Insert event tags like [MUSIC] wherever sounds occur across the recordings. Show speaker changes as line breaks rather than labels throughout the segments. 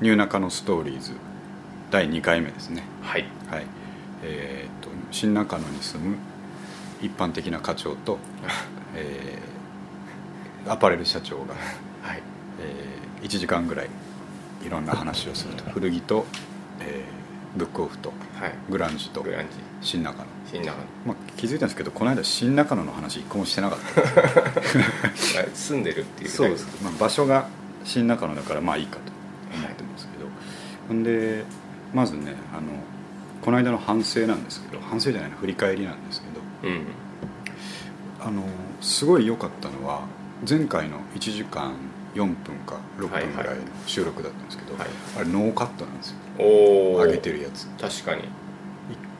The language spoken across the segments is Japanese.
ニューナカのストーリーズ第2回目ですね
はい
はいえーっと新中野に住む一般的な課長と、 [LAUGHS] えーアパレル社長が、
はい
え1時間ぐらいいろんな話をすると古着と、えーブックオフと
はい
グランジと
グランジ
新中野
新中野
まあ、気づいたんですけどこの間新中野の話一個もしてなかった
あ住んでるっていう
そうです、まあ、場所が新中野だからまあいいかと思ってますけど、ほんでまずねあのこの間の反省なんですけど反省じゃないな振り返りなんですけど
うん
あのすごい良かったのは前回の1時間4分か6分ぐらいの収録だったんですけど、
はい
あれノーカットなんですよ
おお
上げてるやつ1
確かに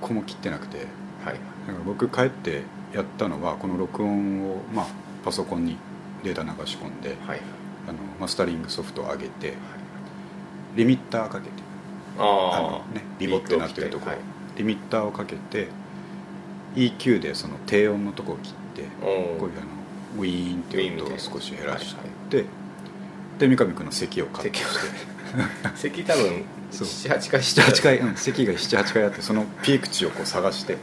個も切ってなくて
はい
だから僕帰ってやったのはこの録音を、まあ、パソコンにデータ流し込んで
はいはい
あのマスタリングソフトを上げて、リミッターかけてあの
あ、あ
ね、リボってなってるところ、リミッターをかけて EQ でその低音のとこを切って
おお
こういうあのウィーンっていう音を少し減らして、
はい
で三上君の席を
[LAUGHS]
カット
席を
して
席多分
そう
78回した
78回、うん、席が78回あってそのピーク値をこう探して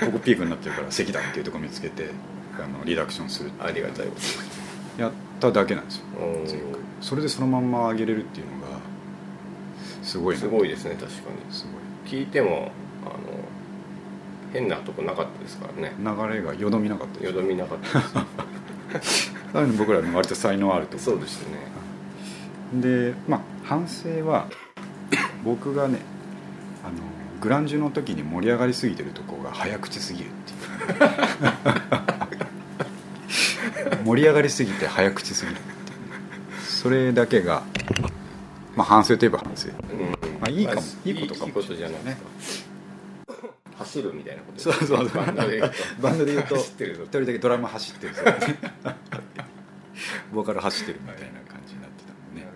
ここピークになってるから席だっていうとこ見つけてあのリダクションするっていう
ありがたいこと
やっただけなんですよ
おお
前回それでそのまんま上げれるっていうのがすごいな
すごいですね確かに
す
聞いてもあの変なとこなかったですからね
ごい流れがよどみなかったで
よ
す
どみなかったです
なので僕らね割と才能あると [LAUGHS] 思
そうですね
うでまあ反省は僕がねあのグランジュの時に盛り上がりすぎてるとこが早口すぎるって
[LAUGHS]
いう盛り上がりすぎて早口すぎるっていうそれだけが、まあ、反省といえば反省
うん
あいいかも
ま
いいことかも
いいことじゃないですか走るみたいなこと
そうそうそう
バンドで言うと
バンドで言うと
走ってるぞ
一人だけドラム走ってるぞボーカル走ってるみたいな感じになってたもんね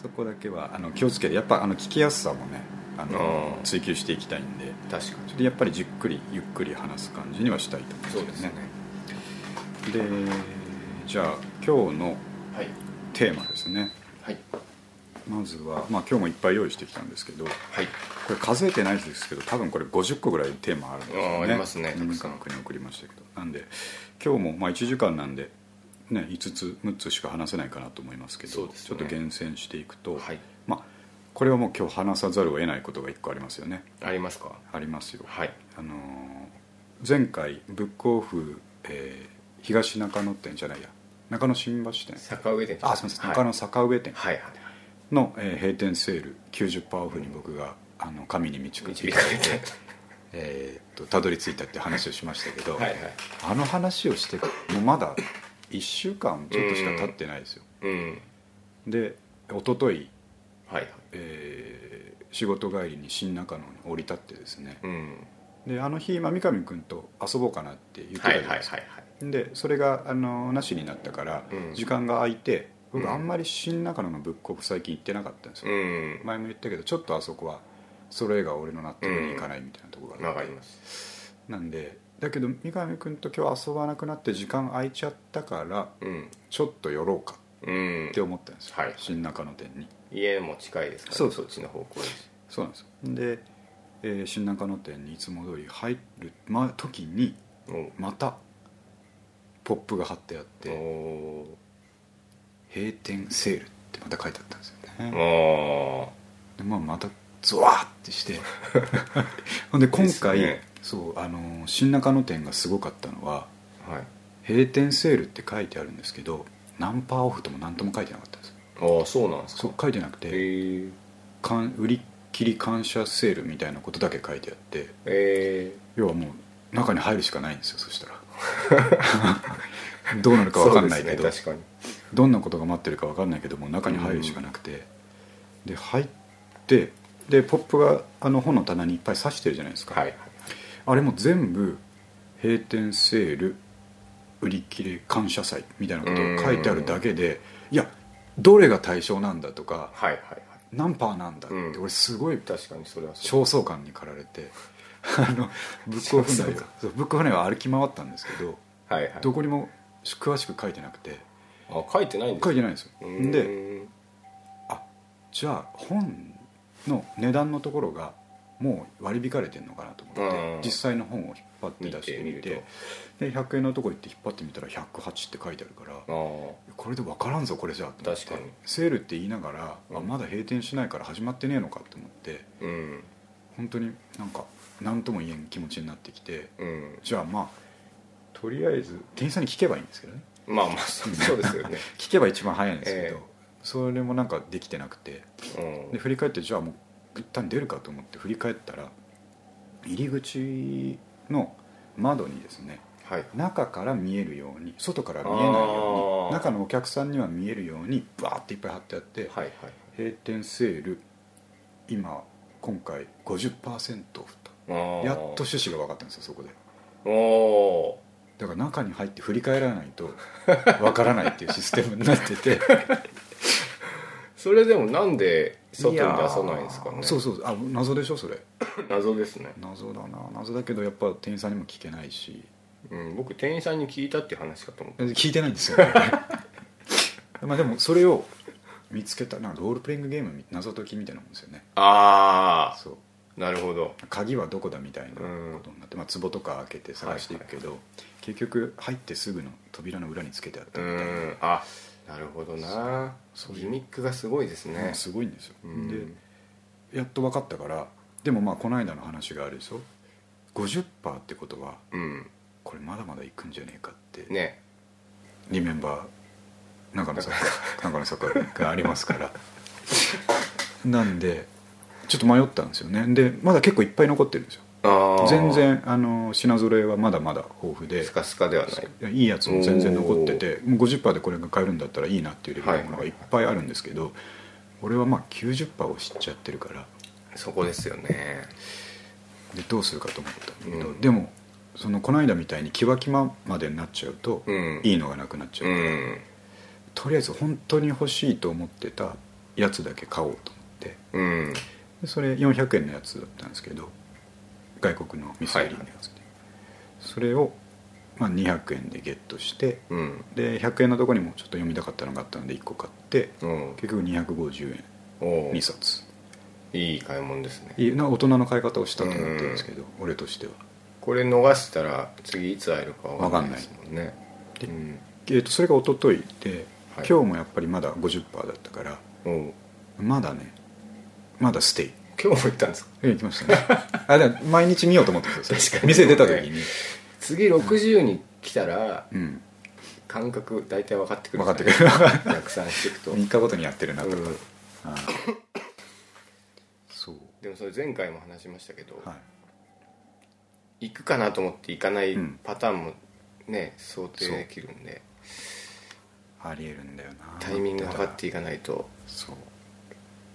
そこだけはあの気をつけてやっぱあの聞きやすさもねあの
あー
追求していきたいんで
確か
それでやっぱりじっくりゆっくり話す感じにはしたいと
に
思
そ
いうま
ですす
よ
ね
ねでじゃあ今日の
はい
テーマですね
はい
まずは、まあ、今日もいっぱい用意してきたんですけどこ
はい
れ数えてないですけど多分これ50個ぐらいテーマあるんですよ
あ
ね
ーありますねたくさん
うん国に送りましたけどなんで今日もまあ1時間なんで、ね、5つ6つしか話せないかなと思いますけ
そ
ど
うですね
ちょっと厳選していくと、
はい
まあ、これはもう今日話さざるを得ないことが1個ありますよね
ありますか
ありますよ、
はい
あのー前回ブックオフ、えー東中野店じゃないや中野新橋店
坂上で
あすみません、
はい
中野坂上店
はいはい
の、えー閉店セール90%オフに僕が、あの神に導く
導か
[LAUGHS]
れて
えーっとたどり着いたって話をしましたけど、
はいはい
あの話をしてもうまだ1週間ちょっとしか経ってないですよ、
うん
で一昨日
はいはい
えー仕事帰りに新中野に降り立ってですね
うん
であの日今三上君と遊ぼうかなって言ってた
はい
じ
は
ゃな
いはいい
です
は
か
い
でそれがあのなしになったから、
うん
時間が空いて
う
僕
ん
あんまり新中野のブックオフ最近行ってなかったんです
う
よ、
ん
前も言ったけどちょっとあそこはそれが俺の納得にいかないみたいなところがあっ
わ
て
かります
なんでだけど三上君と今日遊ばなくなって時間空いちゃったから
うん
ちょっと寄ろうか
うん
って思ったんですよ、
はい
新中野店に
家も近いですから
そう
そっちの方向です
そうなんですよで、えー新中野店にいつも通り入る、ま、時に
お
またポップが貼ってあって
お
「閉店セール」ってまた書いてあったんですよね
お
で、まあ、またゾワーって
[LAUGHS]
してほんで今回
ですね
そうあのー新中野店がすごかったのは
はい
閉店セールって書いてあるんですけど何パーオフとも何とも書いてなかったんですよ
ああそうなんですか
そう書いてなくて
へえ
かん売り切り感謝セールみたいなことだけ書いてあって
え
要はもう中に入るしかないんですよそ
[LAUGHS]
したらどうなるか分かんないけど、
確かに
どんなことが待ってるか分かんないけどもう中に入るしかなくて、で入ってでポップがあの本の棚にいっぱい刺してるじゃないですか、
はい
あれも全部閉店セール売り切れ感謝祭みたいなことが書いてあるだけでいやどれが対象なんだとか
はいはいはい
何パーなんだって、
うん
俺すごい
確かにそれはそう
焦燥感に駆られて [LAUGHS] あのブックオフ
焦燥
内
感
そうブックオフ内は歩き回ったんですけど
はいはい
どこにも詳しく書いてなくて
あ書いてないんです
書いて
か
ないんですよで
で
あじゃあ本の値段のところがもう割り引かれてるのかなと思って
うん
実際の本を引っ張って
見
出してて
み
み
る
て
と
で100円のとこ行って引っ張ってみたら108って書いてあるから
あ
これで分からんぞこれじゃと思って
確かに
セールって言いながら、
うん
あまだ閉店しないから始まってねえのかと思って
あうん
本当になんか何とも言えん気持ちになってきて
うん
じゃあまあとりあえず店員さんに聞けばいいんですけどね
まあまあそうそうですよね
聞けば一番早いんですけど、
ええ
それもなんかできてなくて
うん
で振り返ってじゃあもう一旦出るかと思って振り返ったら入り口の窓にですね
はい
中から見えるように外から見えないよう
あ
に
ー
中のお客さんには見えるようにバーっていっぱい貼ってあって
はいはい
閉店セール今今回50%オフと
あー
やっと趣旨が分かったんですよそこで
おお
だから中に入って振り返らないと分からないっていうシステムになってて
それでもなんで [LAUGHS] 外に出さないんですか
いや
ね
ーそうそうあ謎でしょそれ
謎ですね、
謎だな謎だけどやっぱ店員さんにも聞けないし
うん、僕店員さんに聞いたっていう話かと思って
聞いてないんですよ、 [LAUGHS] ね、まあでもそれを見つけたなんかロールプレイングゲームみ謎解きみたいなもんですよね
あ
そう
あなるほど
鍵はどこだみたいなことになって、まあ、壺とか開けて探していくけど、結局入ってすぐの扉の裏につけてあっ
う
たみたいな、
んあなるほどな
そういう
ギミックがすごいです
も
ね
うすごいんですよ、
うん
でやっと分かったからでもまあこの間の話があるでしょ50%ってことは
うん
これまだまだいくんじゃねえかって
ね
リメンバー中野さん中野坂がありますからなんでちょっと迷ったんですよねでまだ結構いっぱい残ってるんですよ
ああ
全然あの品揃えはまだまだ豊富で
スカスカではない
いやいいやつも全然残っててもう50%でこれが買えるんだったらいいなっていうレベルのものがいっぱいあるんですけど、俺はまあ90%を知っちゃってるから
そこですよね
でどうするかと思ったんだけど、
うん
でもそのこの間みたいにキワキワまでになっちゃうと、
うん
いいのがなくなっちゃ
う
う、
ん
とりあえず本当に欲しいと思ってたやつだけ買おうと思って
うん
でそれ400円のやつだったんですけど外国のミステリーのやつで、それを、まあ、200円でゲットして
うん
で100円のとこにもちょっと読みたかったのがあったので1個買って
うん
結局250円
おう
2冊
いい買い物ですね
いいな大人の買い方をしたと思ってるんですけど俺としては、
これ逃したら次いつ会えるかわかんないですもんね
で
うん
えー、とそれが一昨日で、
はい
今日もやっぱりまだ50%だったから
おう
まだねまだステイ
今日も行ったんですか
え行きましたね [LAUGHS] あでも毎日見ようと思ってたんですよ
確かに
店出た時に、
次60に来たら
うん、
感覚大体分かってくる
分かってくる
逆算していくと、
3日ごとにやってるなとか、
うん
ああそう
でもそれ前回も話しましたけど、
はい
行くかなと思って行かない
うん
パターンもね、想定できるんで
ありえるんだよな
タイミング測っていかないと
そう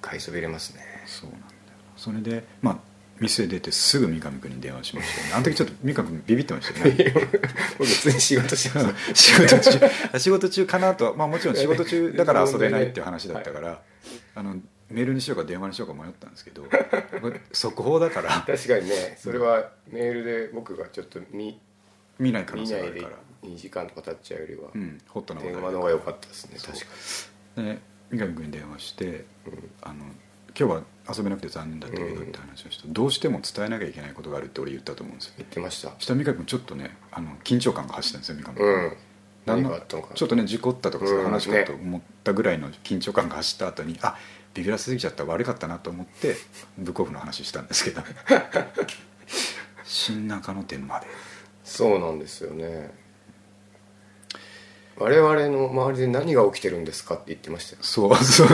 買いそびれ [LAUGHS] ますね
そうなんだよそれでまあ店出てすぐ三上君に電話しましたよねあの時ちょっと三上君ビビってました
[LAUGHS]
よね
僕普通に仕事してます
仕事中 [LAUGHS] 仕事中かなとは、まあ、もちろん仕事
[LAUGHS]
中だから遊べないっていう話だったから、あのメールにしようか電話にしようか迷ったんですけどこれ速報だ
[LAUGHS]
から
確かにねそれはメールで僕がちょっと見
見ない可能
見
性
な
があ
い
る
で
から、
2時間とか経っちゃうよりは、
うん、ホットな話題
電
だ
話の方が良かったですね
そう
確か
で三上君に電話して
に、
「あの今日は遊べなくて残念だったけど」
う
っ
ん
て話をして、どうしても伝えなきゃいけないことがあるって俺言ったと思うんですよ
言ってました
そしたら三上君ちょっとねあの緊張感が走ったんですよ三上君、
うん
なん
何
の
があったのかな
ちょっとね事故ったとかそういう話かと
うん
思ったぐらいの緊張感が走った後に、あビビらせすぎちゃった悪かったなと思ってブックオフの話したんですけ
[LAUGHS]
ど新中野店まで
そうなんですよね我々の周りで何が起きてるんですかって言ってましたよ
そうそう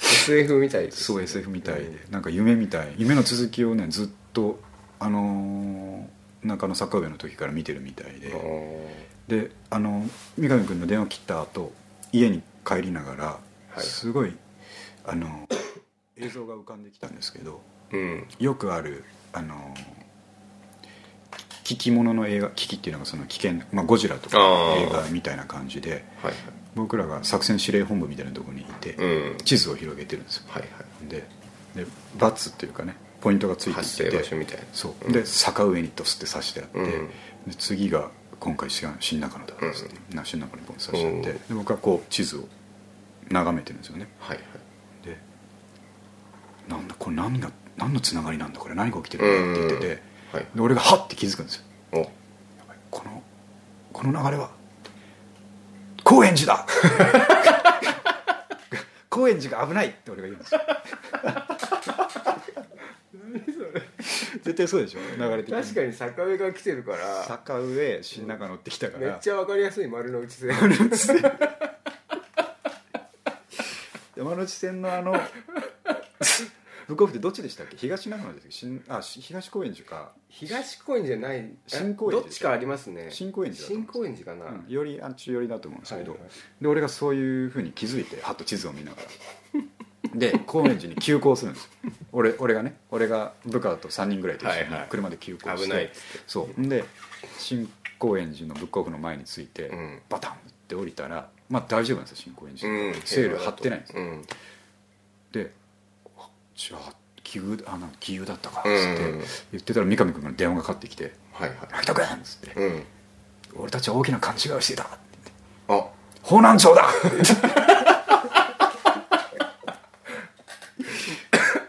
SF みたいです
そう SF みたいで、なんか夢みたい夢の続きをねずっとあのー中野坂上の時から見てるみたいで、
あー
であの三上君の電話切った後家に帰りながら、
い
すごいあの映像が浮かんできたんですけど
うん
よくあるあの聞き物の映画危機っていうのがその危険、まあ、ゴジラとか
あー
映画みたいな感じで
はいはい
僕らが作戦司令本部みたいなところにいて、
うん
地図を広げてるんですよ
はいはい
ででバツっていうかねポイントがついて
発
い
生場所
て
みたいな
そう、
ん
で坂上にドスって刺してあって、
うん
で次が今回新新中野だっつって、な新中野にポンって刺してあって、
うん
で僕はこう地図を眺めてるんですよね
はいはい
これ何が何のつながりなんだこれ何が起きてるんだって言ってて、
はい
で俺がハッて気づくんですよ
お
やばいこのこの流れは高円 [LAUGHS] 寺だ高円寺が危ないって俺が言うんですよ絶対そうでしょ流れて
確かに坂上が来てるから
坂上新中乗ってきたか
め
ら
っちゃわかりやすい丸の内線
山手線のあ [LAUGHS] のブックオフってどっちでしたっけ東中野でしたっけ新あし東高円寺か
東高円寺じゃない
新高円寺
どっちかありますね
新高円寺だと思い
新
ます
高円寺かな、
うんよりあっち寄りだと思うんですけど、
はいはい
で俺がそういうふうに気づいてはっと地図を見ながら [LAUGHS] で高円寺に急行するんですよ俺俺がね俺が部下と3人ぐらいと一緒に
はいはい
車で急行して、
危ないっつって
そうで新高円寺のブックオフの前に着いて、
うん
バタンって降りたらまあ大丈夫なんですよ新高円寺、
うん
セール貼ってないんですよ
うん
であじゃあ奇遇あなんか奇遇だったかっつ
うん
って、言ってたら三上君から電話がかかってきて
はい
「
は
秋田君!」っつって
いうん
「俺たちは大きな勘違いをしていた」って言って
あ
「方南町だ!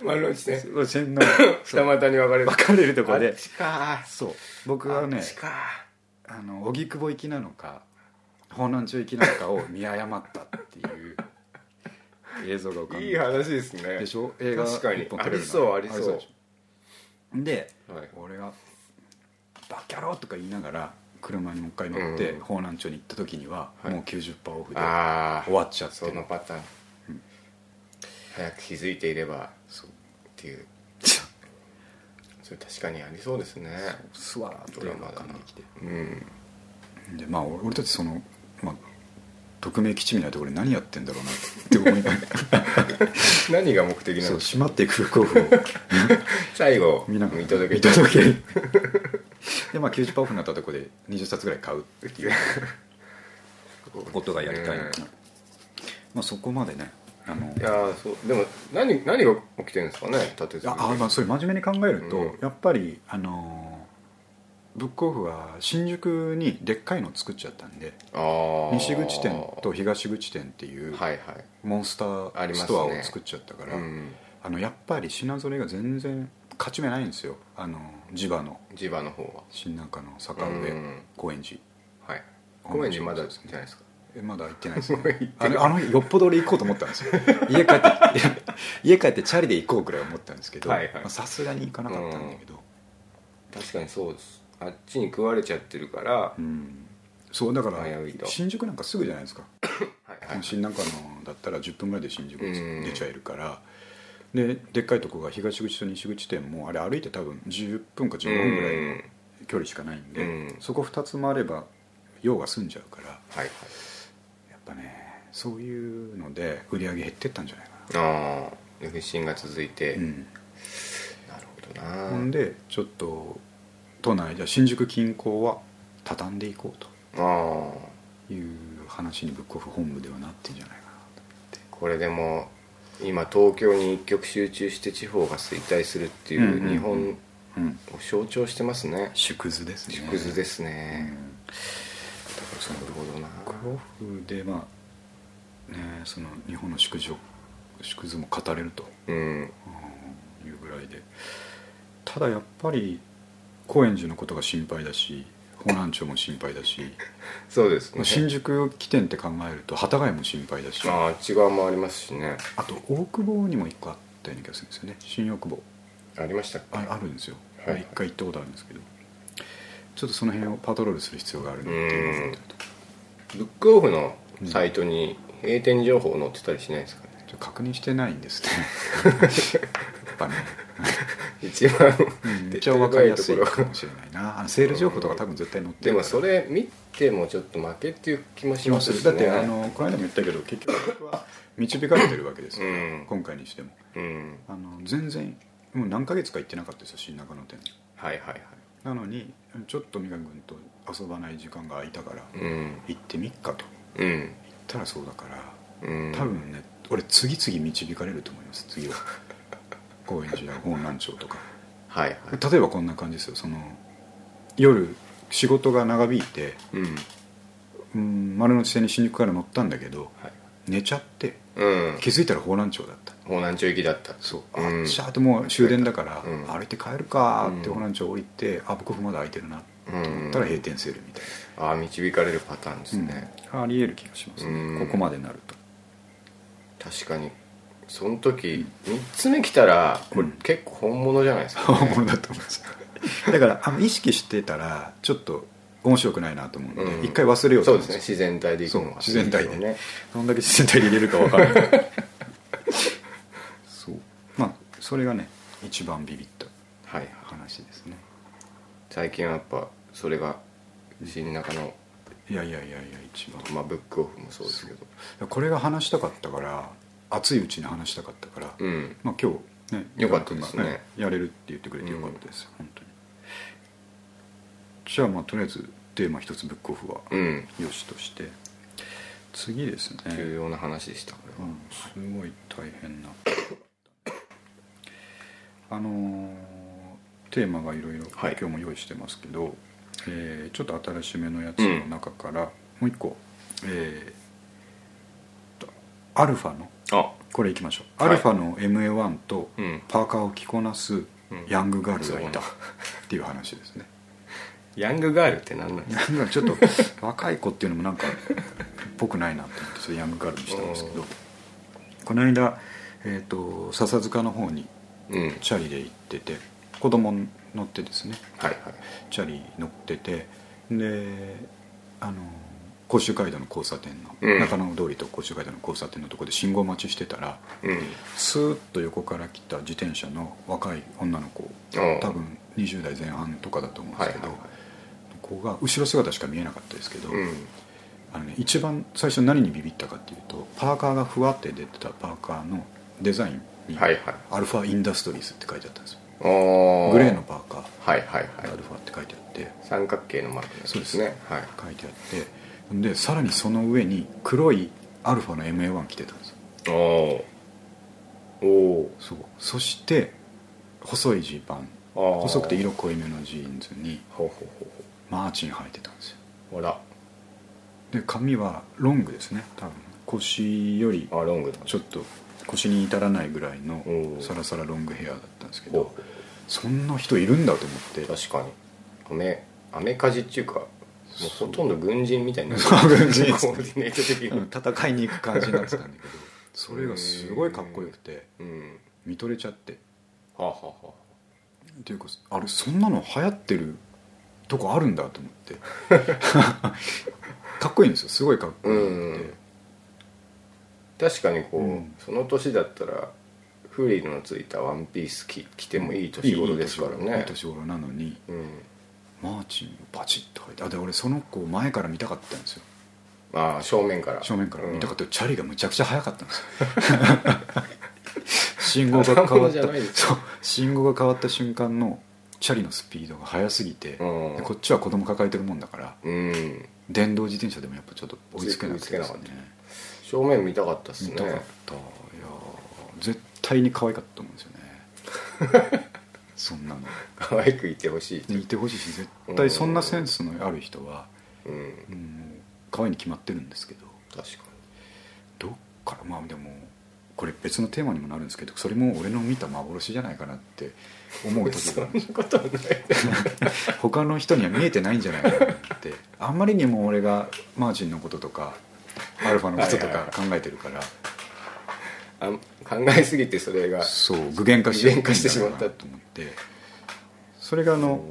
丸の内」線
俺線
[COUGHS]
の
二股に分かれる
分かれるとこ
あっ
で
ちか
そう僕
あ
は
っ
ね
ちか
あの荻窪行きなのか方南町行きなのかを見誤ったっていう映像が浮かん
いい
で
話ですね
でしょ映画
確かに
一本撮れるな
ありそうありそう
でしょで
はい
俺が「バキャロ!」とか言いながら車にもう一回乗って
うん
方南町に行った時には
はい
もう90%オフで
ああ
終わっちゃって
そのパターン、早く気づいていればそうっていうそれ確かにありそうですね
スワーって
ドラマ
浮か
だ
ん
な
できて
うん
でまあ俺俺たちその、まあ、匿名基地みたいなところで何やってんだろうなって思いなが
何が目的
ら
な
そ
の
う閉まっていく空港を
最後
見ながら
見届け
見
て
届ける [LAUGHS] でまあ90%オフになったとこで20冊ぐらい買うっていうことがやりたい、
うん
まあそこまでねあの
[LAUGHS] いやーそうでも何何が起きてるんですかね立て
いやあまあそれ真面目に考えると、
うん
やっぱりあのブックオフは新宿にでっかいの作っちゃったんで
ああ
西口店と東口店っていう
はいはい
モンスタ
あり
ー
ますね
ストアを作っちゃったからあ、
うん
のやっぱり品ぞれが全然勝ち目ないんですよあの地場の
地場の方は
新中の坂上、
うん
高円寺
はい高円寺まだじゃないですか
え [LAUGHS] まだ行ってないですねあのあの日よっぽど俺行こうと思ったん [LAUGHS] ですよ家帰って家帰ってチャリで行こうくらい思ったんですけど
はいはい
まあさすがに行かなかったんだけど、
確かにそうですあっちに食われちゃってるから、
うんそうだから
危ういと
新宿なんかすぐじゃないですか、
はいはい
新中野だったら10分ぐらいで新宿
うん
出ちゃえるから、ででっかいとこが東口と西口店もあれ歩いて多分10分か15分ぐらいの距離しかないんで、
うん
そこ2つ回れば用が済んじゃうから
はいはい
やっぱねそういうので売り上げ減ってったんじゃないか
ああ不振が続いて、
な、うん、
なるほど
ほん
な
でちょっと都内じゃ新宿近郊は畳んでいこう
ああ
という話にブックオフ本部ではなってんじゃないかなと
これでも今東京に一極集中して地方が衰退するって
うんうんう
い
ん
う日本を
うん、
象徴してますね
縮図ですね
縮図ですすね、だからそのなるほどな
ブックオフでまあねその日本の縮図を縮図も語れると
うん
うんいうぐらいでただやっぱり高円寺のことが心配だし方南町も心配だし、
そうです
まあ
ね
新宿起点って考えると幡ヶ谷も心配だし
ああっち側もありますしね
あと大久保にも一個あったような気がするんですよね新大久保
ありましたっけ
ああるんですよ
はいはい
一回行ったことあるんですけどちょっとその辺をパトロールする必要があるなっていうのを思ってると
ブックオフのサイトに閉店情報載ってたりしないですかね、
ちょっと確認してないんですねや
[LAUGHS]
っぱね
一番
めっ
手っ
ちゃ
取
分か
り
り
早い
や
と
す
こ
い
ろ
かもしれないなあのセール情報とか多分絶対載って
で
る
も
から
それ見てもちょっと負けっていう気もし
気
ま
は
す
す
し
るだってあのこの間も言ったけど結局僕は導かれてるわけですよ、
うん
今回にしても
うん
あの全然もう何ヶ月か行ってなかったですよ新中野店
はいはいはい
なのにちょっと三上君と遊ばない時間が空いたから
うん
行ってみっかと言
うん
ったらそうだから
うん
多分ね俺次々導かれると思います [LAUGHS] 次は高円寺や方南町とか
はいはい
例えばこんな感じですよその夜仕事が長引いて
うん
うん丸の内線に新宿から乗ったんだけど
はい
寝ちゃって
うん
気づいたら方南町だった
方南町行きだった
そう
う
あ
ん
シャーってもう終電だから
うん
歩いて帰るかって方南町降りてあ僕まだ空いてるなと思ったら閉店セールみたいな
ああ導かれるパターンですね、
ありえる気がします
うん
ねここまでになると
確かにその時3つ目来たらこれ
うん
結構本物じゃないですか、
本物だと思います [LAUGHS] だからあの意識してたらちょっと面白くないなと思うの
うん
で一回忘れようと
そう
思
で
ん
すね自然体でいくのが
そう自然体で
いいすよね
どんだけ自然体で入れるか分からない
[LAUGHS]
そうまあそれがね一番ビビった
はいはい
話ですね
最近はやっぱそれが新中の、
いやいやいやいや一番
まあ、ブックオフもそうですけど
これが話したかったから熱いうちに話したかったから、
うん
まあ今日ね
よかったですね
井上君がやれるって言ってくれてよかったです、本当にじゃあまあとりあえずテーマ一つブックオフは
うん
よしとして、次ですね、
重要な話でしたこれ
う
は、
ん、すごい大変なあのーテーマがいろいろ
は
今
い
日も用意してますけど、えーちょっと新しめのやつの中から、もう一個えーとアルファの
あ
これいきましょう、
は
ア
い
ルファの MA1 と
うん
パーカーを着こなすヤングガールがいた
うん
っていう話ですね
ヤングガールって何なんですか
ヤングガールちょっと若い子っていうのもなんかっぽくないなと思ってそれヤングガールにしたんですけ
う
ど
ん
この間、えー、と笹塚の方に
うんはい
チャリで行ってて子供乗ってですね
はい
チャリ乗っててであの甲州街道の交差点の、
うん
中野通りと甲州街道の交差点のところで信号待ちしてたら
うん
スーッと横から来た自転車の若い女の子
お
多分20代前半とかだと思うんですけど、
はいはい
子が後ろ姿しか見えなかったですけど、
うん
あのね、一番最初何にビビったかっていうとパーカーがふわって出てたパーカーのデザインに、
はいはい
アルファインダストリーズって書いてあったんですよ
お
グレーのパーカ
はいはい
ー
は
ア
い
ルファって書いてあって
三角形のマークのやつですねはい
書いてあってでさらにその上に黒いアルファの MA1 着てたんですよ
おおお
そうそして細いジーパン
お
細くて色濃いめのジーンズに
ほうほうほう
マーチン履いてたんですよ
ほうほら
で髪はロングですね多分腰より
あロングだ
ちょっと腰に至らないぐらいの
おー
サラサラロングヘアだったんですけ
ほう
どそんな人いるんだと思って
確かにアメアメカジっていうかもうほとんど軍人みたい [LAUGHS] な
そう軍人
コーディネート的 [LAUGHS]
うん
に
戦いに行く感じになってたんだけど [LAUGHS] それがすごいかっこよくて
うん
見とれちゃって
はあはあはあ
っていうかあれそんなの流行ってるとこあるんだと思って
[LAUGHS]
かっこいいんですよすごいかっこいいって
確かにこう、
うん
その年だったらフリルのついたワンピース着着てもいい年頃ですから
いい
ね
年頃なのに
うん
マーチンをパチッと履いてあで俺その子を前から見たかったんですよ
まあ正面から
正面から見たかっ
と
た、チャリがむちゃくちゃ速かったんですよ
[LAUGHS]
信号が変わっ
じゃ
た
ないです
そう信号が変わった瞬間のチャリのスピードが速すぎて、
うん
でこっちは子供抱えてるもんだから
うん
電動自転車でもやっぱちょっと追いつけなくてです
追いつけな
ね
正面見たかったっす
見たかっ
ね
たいやー絶対に可愛かったと思うんですよね
[LAUGHS]
そんなの
可愛くいてほしい、
でいてほしいし絶対そんなセンスのある人は、
うん
うん、もう可愛いに決まってるんですけど
確か
どっからまあでもこれ別のテーマにもなるんですけどそれも俺の見た幻じゃないかなって思う
に
時
[LAUGHS] そ
があ
ん
るんで
な
すよ
ことはない
他の人には見えてないんじゃないかなってあんまりにも俺がマーチンのこととかアルファのことと
はい
か
は
考えてるから
あ考えすぎてそれが
そう具現化しちゃ
具現化してしまった
うんだろうなと思ってそれがあ
あ
の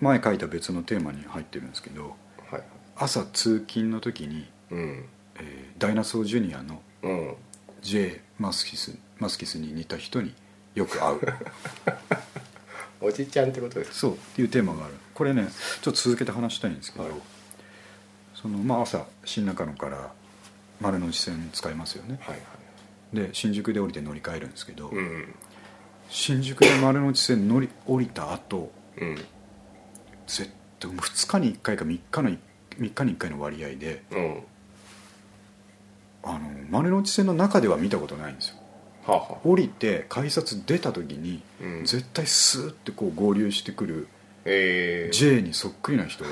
前書いた別のテーマに入ってるんですけど
はい
朝通勤の時に、
うん
えーダイナソージュニアの
うん
J マスキスマスキスに似た人によく
[LAUGHS]
会う
おじちゃんってことです
そうっていうテーマがあるこれねちょっと続けて話したいんですけど、
はい
そのまあ朝新中野から丸の内線使いますよね
はいはい
で新宿で降りて乗り換えるんですけど、
うん
新宿で丸の内線乗り降りた後
うん
絶対2日に1回か3日の3日に1回の割合で
うんは
あの丸の内線の中では見たことないんですよ
あはあ
降りて改札出た時に、
うん
絶対スーッてこう合流してくる
ええ
J にそっくりな人が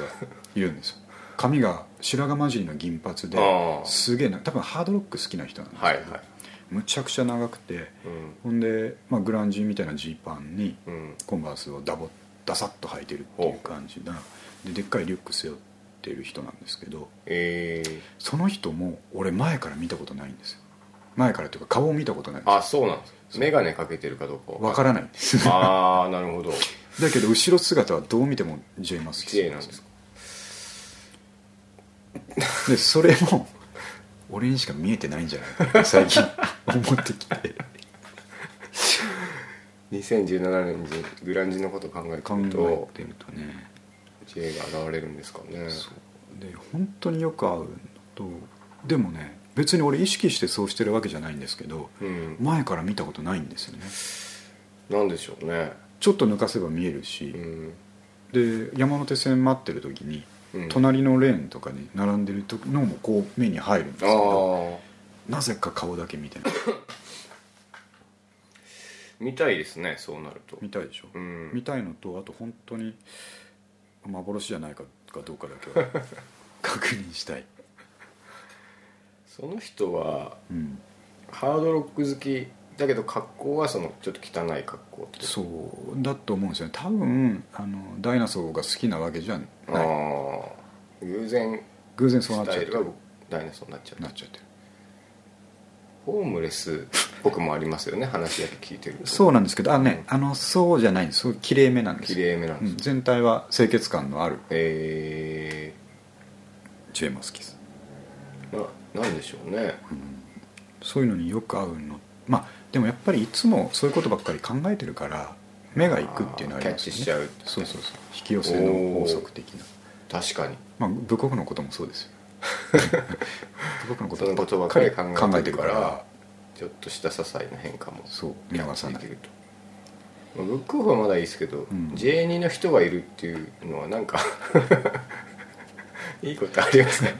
いるんですよ髪が白髪混じりの銀髪
あ
で
ー
すげえな多分ハードロック好きな人なんです
はい
け
は
ど、
い
むちゃくちゃ長くて
うん
ほんで、まあ、グランジーみたいなジーパンに
うん
コンバースをダボダサッと履いてるっていう感じなででっかいリュック背負ってる人なんですけど
えー、
その人も俺前から見たことないんですよ前からというか顔を見たことないんです
あそうなんです眼鏡かけてるかどうか
わからないんです
らああなるほど
だけど後ろ姿はどう見てもジェイマス
J なんですか
でそれも俺にしか見えてないんじゃないかって最近思ってきて
2017年にグランジのこと考えて
考
ると
えてるとね
J が現れるんですかね
そうで本当によく合うのとでもね別に俺意識してそうしてるわけじゃないんですけど
うん
前から見たことないんですよね
なんでしょうね
ちょっと抜かせば見えるし、
うん
で山手線待ってる時に、
うん
隣のレーンとかに並んでる時のもこう目に入るんです
あ
けど
あ
なぜか顔だけ見てない
見たいですねそうなると
見たいでしょ、
うん
見たいのとあと本当に幻じゃないかかどうかだ
[LAUGHS]
けは確認したい、
その人は
うん、
ハードロック好きだけど格好はそのちょっと汚い格好って
そうだと思うんですよね多分あのダイナソーが好きなわけじゃない
ああ偶然
偶然そうなっち
ス
ゃっ
タイ
て
ルがダイナソーになっちゃっ
な
た
っちゃってる
ホームレス僕もありますよね話だけ聞いてると
そうなんですけどあね、あのそうじゃないんですそうきれいめなんです
綺麗めなん
う
です、
ん全体は清潔感のある
え
ジェーマスキス
ー、ななんでしょうね
そういうのによく合うのまあでもやっぱりいつもそういうことばっかり考えてるから目がいくっていうのはありますよ
あーキャッチしちゃう
ねそうそうそう引き寄せの法則的な
確かに
まあ母国のこともそうです [LAUGHS] よ母国の
その
こ
ことと
ば
ば
っ
っ
か
か
り
り
考
考
えて
えて
る
る
か
かららちょっとした些細な変化も
そう見逃さない
できるとまあブックオフはまだいいですけど、
うん
J2 の人がいるっていうのはなんか [LAUGHS] いいことありま
[LAUGHS]
すね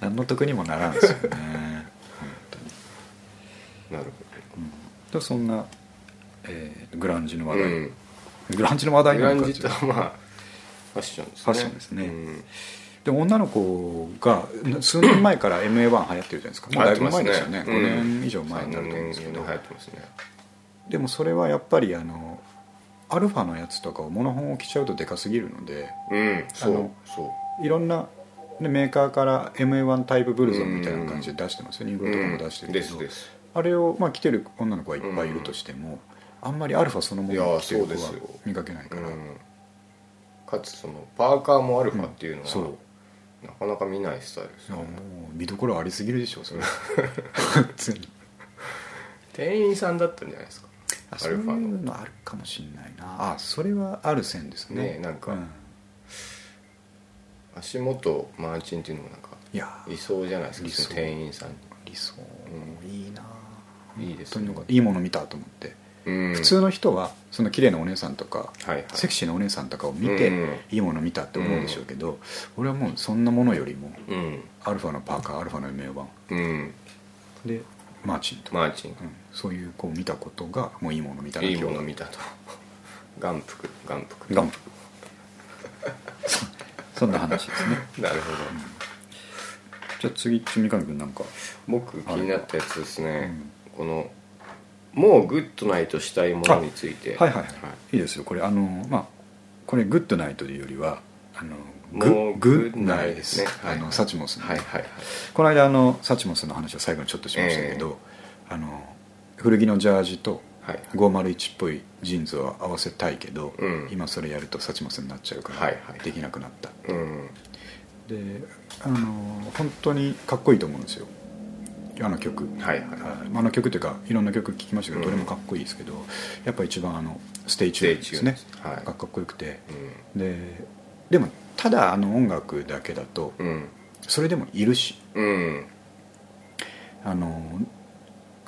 何の得にもならんですよね本当に
なる
でそんな、えーグランジの
ほ
話
ど、
題、
うん、
グランジの話題
グ
な
ラ
の
ン
か
ジとはまあファッションですね
ファッションですね
うん
でも女の子が数年前から MA1 流行ってるじゃないですかもうだいぶ前ですよね
流行ってま
5
すうん
年以上前になると思うんですけど、
三年流行ってますね
でもそれはやっぱりあのアルファのやつとかをモノホンを着ちゃうとでかすぎるので
うんそ
あ
う
の
そう
いろんなねメーカーから MA1 タイプブルゾンみたいな感じで出してますよニングルとかも出してるけ
です
ど、
です
あれを、まあ、着てる女の子がいっぱいいるとしても、あんまりアルファそのも
い
の
や
を着てる子は
そうですよ
見かけないから、
うんかつそのパーカーもアルファっていうの
うんそう
はなかなか見ないスタイルです
いや
よ
もう
ね
見どころありすぎるでしょ
[LAUGHS]
それ全然
店員さんだったんじゃないですか
あ
ア
そうい
ルファの
うのあるかもしれないなあそれはある線ですね
ねえなんか
うん
足元マーチンっていうのもなんか
いや
いそうじゃないで
理想
すか店員さん
理想、
う
いいない
いです
本当
ね
になんかいいもの見たと思って、
普
普通の人はその綺麗なお姉さんとか、
はいはい
セクシーなお姉さんとかを見て、
うんうん
いいもの見たって思うでしょうけど、俺はもうそんなものよりも
うん
アルファのパーカーアルファの名盤
うん
でマーチンとか、
マーチン
うんそういうこう見たことがもういいもの見たない
い
今
も
日
の
は
見たと眼福眼福
ガン
[LAUGHS]
プそんな話ですね
なるほど
じゃあ次三上君なんか
僕気になったやつですねこのもうグッドナイトしたいものについて
はいはいはい、い、いですよこれあのまあこれグッドナイトというよりはあの
もう
グ
グ
ッ
ッ
ナ
ナ
イ
イ
です、
ですねはい
あのサチモスの、
はいはいはい
この間あのサチモスの話を最後にちょっとしましたけど、あの古着のジャージと
はい
501っぽいジーンズを合わせたいけど、
うん
今それやるとサチモスになっちゃうか
は
ら
いはい
できなくなった、
うん
であの本当にかっこいいと思うんですよあの曲
はいはい
はいまああの曲というかいろんな曲聴きましたけど、
うん
どれもかっこいいですけどやっぱ一番あの「ステイチューン」ですね
Stay Tuned はい
がかっこよくて
う
ででもただあの音楽だけだと
ん
それでもいるし
うん
あの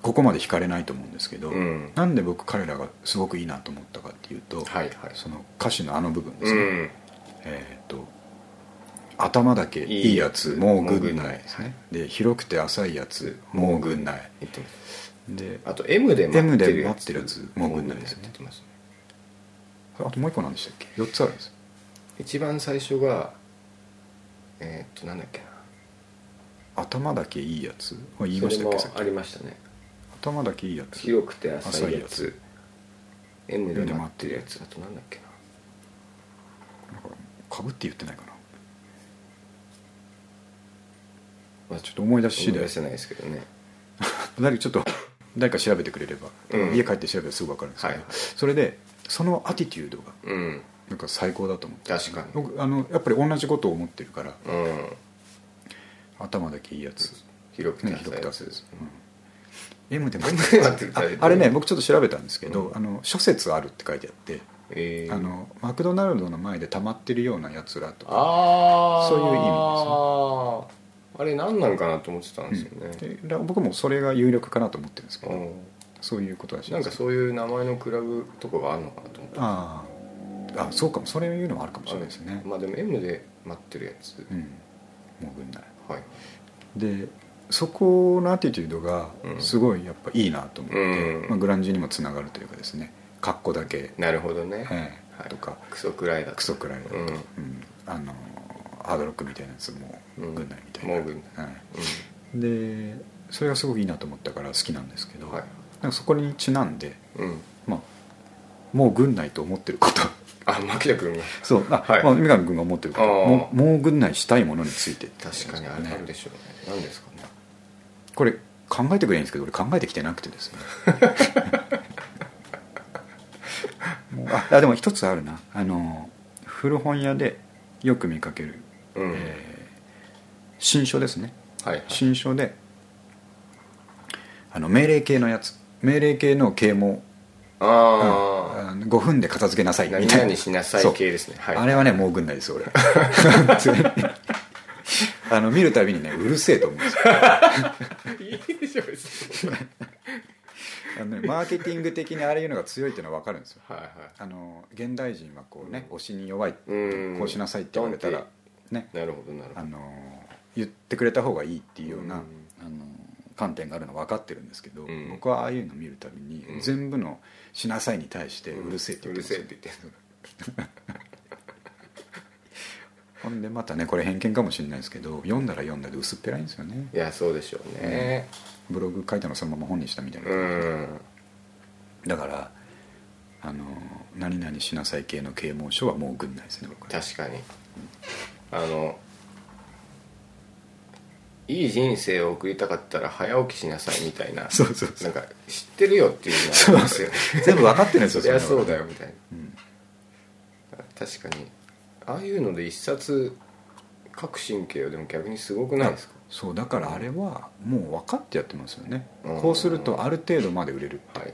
ここまで惹かれないと思うんですけど、
うん
なんで僕彼らがすごくいいなと思ったかっていうと、
はいはい
その歌詞のあの部分です
う
ね、
ん
えー、と頭だけいいやつ
いいやつ
もうぐんな
もうぐんないい
ですねで広くて浅いやつもうぐんない
言ってます
で
あと M で待ってる
M で
や
待っ
つ
てるやつもうぐんないですね
言ってますね
あともう一個なんでしたっけ4つあるんですよ
一番最初がえーっとなんだっけな
頭だけいいやつあ言いましたっけさ
そ
っ
れも
き
ありましたね
頭だけいいやつ
広くて浅い
浅い
や
や
つ
つ
M で待ってるやつだとなんだっけな
なんかかぶって言ってないかな
まあ
ちょっと思い出し次
思い
第
出せないですけどね
誰かちょっと誰か調べてくれれば、
うん
家帰って調べたらすぐ分かるんですけど、
はい
それでそのアティチュードが
うん
なんか最高だと思って
確かに
僕あのやっぱり同じことを思ってるから
うん
頭だけいいやつ、
広くて
ね、
浅
広
い
く
や
出
つ
す、うん、M でも [LAUGHS]
あ
ああれね僕ちょっと調べたんですけど、あの諸説あるって書いてあって、
えー、
あのマクドナルドの前で溜まってるようなやつらとか
ああ
そういう意
あれ何なんかなと思ってたんですよね、
でら僕もそれが有力かなと思ってるんですけ
う
ど、
ん
そういうことらしい
なん
です
かそういう名前のクラブとかがあるのかなと思った
あああそうかもそれいうのもあるかもしれないですね、
まあでも M で待ってるやつ、
うん、もうぐんない
はい
でそこのアティチュードが
うん
すごいやっぱいいなと思って、
うん
まあ、グランジにもつながるというかですね格好だけ、
なるほどね、
ええ
はい
とか
クソくらいだと
クソくらいだと、
う
うんんあのハードロックみたいなやつも
うん
ぐんないみたいな、
もうぐんな
はいでそれがすごくいいなと思ったから好きなんですけ
う
ど、
んはい
なんかそこにちなんで、
うん
まあ、もうぐんないと思ってること [LAUGHS]
あ牧田君が
そうあ、
はい
まあ、三上君が思ってること
あー
もうもうぐんないしたいものについてってことです
確かにあれあるでしょうね何ですかね
これ考えてくれるんですけど俺考えてきてなくて
[LAUGHS]
ですねもうああでも一つあるなあの古本屋でよく見かける、
うん、
えー新書ですね
はいはい
新書であの命令系のやつ命令系の啓蒙
ああ、
あの5分で片付けなさいみ
何
たいな
々しなさ
そう
い系ですねはい
あれはねもうぐんないです
[LAUGHS]
俺本当にあの見るたびにねうるせえと思うんですよ
いいでしょ別に
あのねマーケティング的にああいうのが強いっていうのは分かるんですよ
はいはい
あの現代人はこうね、
うん
推しに弱いこ
うん
うしなさいって言われた
ド
ら
ンっ
ね
なるほどなるほ
あ
ど
の言ってくれた方がいいっていうような、
うん
あの観点があるの分かってるんですけど、
うん
僕はああいうの見るたびに、
うん
全部の「しなさい」に対して「
うん
うるせえ」って言ってます
うるせえって言
ほんでまたねこれ偏見かもしれないですけど読んだら読んだで薄っぺらいんですよね
いやそうでしょうね
ブログ書いたのそのまま本にしたみたいな、
うん
だからあの「何々しなさい」系の啓蒙書はもうぐんないですね僕は
確かにあのいい人生を送りたかったら早起きしなさいみたいな
そうそうそ
な
うん
か知ってるよっていうのがあるんですよ
[LAUGHS] 全部分かってるんです
そ
よ
りゃ
そん
そ
な
う
こと
だよみたい
うん
な確かにああいうので一冊書く神経をでも逆にすごくないですか
そうだからあれはもう分かってやってますよね
うん
こうするとある程度まで売れる
はいはい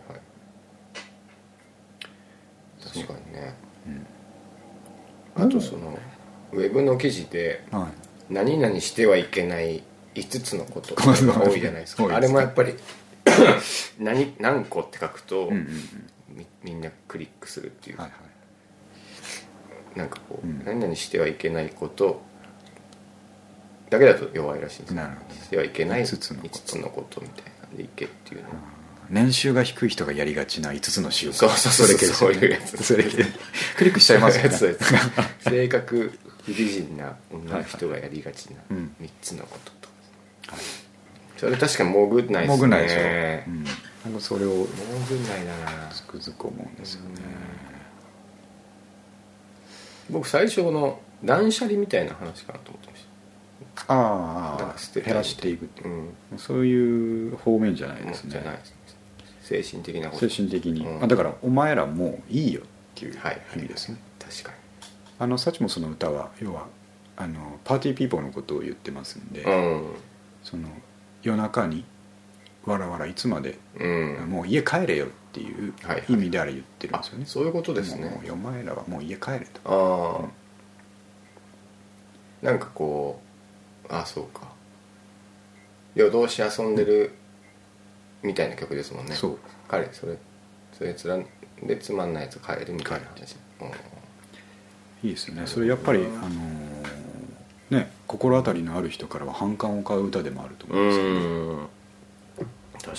確かにね
うん
あとそのウェブの記事で
はい
何々してはいけない5つのことが
こういうの
多いじゃないです
[LAUGHS] 多い
か
ですね
あれもやっぱり [COUGHS] 何何個って書く
うんう
と、
んうん
みみんなクリックするっていう、
はいはい
なんかこう、
うん
何々してはいけないことだけだと弱いらしいんですよ
なるほどね
してはいけない
五つのこと
五つのことみたいなんでいけっていうの、
年収が低い人がやりがちな5つの習慣
そうそうそう
れ系ですよね
そういうやつ
それ系クリックしちゃいますよ
[LAUGHS] そう
ね
です性格不理人な女の人がやりがちな
うん
3つのことと、それ確かにもぐないですね
もぐないでしょ、うん、なんかそれを
もぐないだな
つくづく思うんですよね
僕最初の断捨離みたいな話かなと思ってまし
あ
なんか捨て
あ
たい
減らしていくってい
たうん
うそういう方面じゃない
もう
です
じゃない
ね
ですね精神的なこと
精神的に、
うん
まあ、だからお前らもういいよっていう
はい
意味ですね、
確か
あのサチモスの歌は要はあのパーティーピーポーのことを言ってますんで、
にうん
その夜中にわらわらいつまで、
うん
もう家帰れよっていう
はいはい
意味であれ言ってるんですよね、
あそういうことですね
もうお前らはもう家帰れと
ああなんかこうあそうか夜通し遊んでるみたいな曲ですもんね
そう
彼それそれつらんでつまんないやつ帰るみたいな話うん
いいですねそれやっぱり、
うん
あのーね心当たりのある人からは反感を買う歌でもあると思うんですよね、
うん確か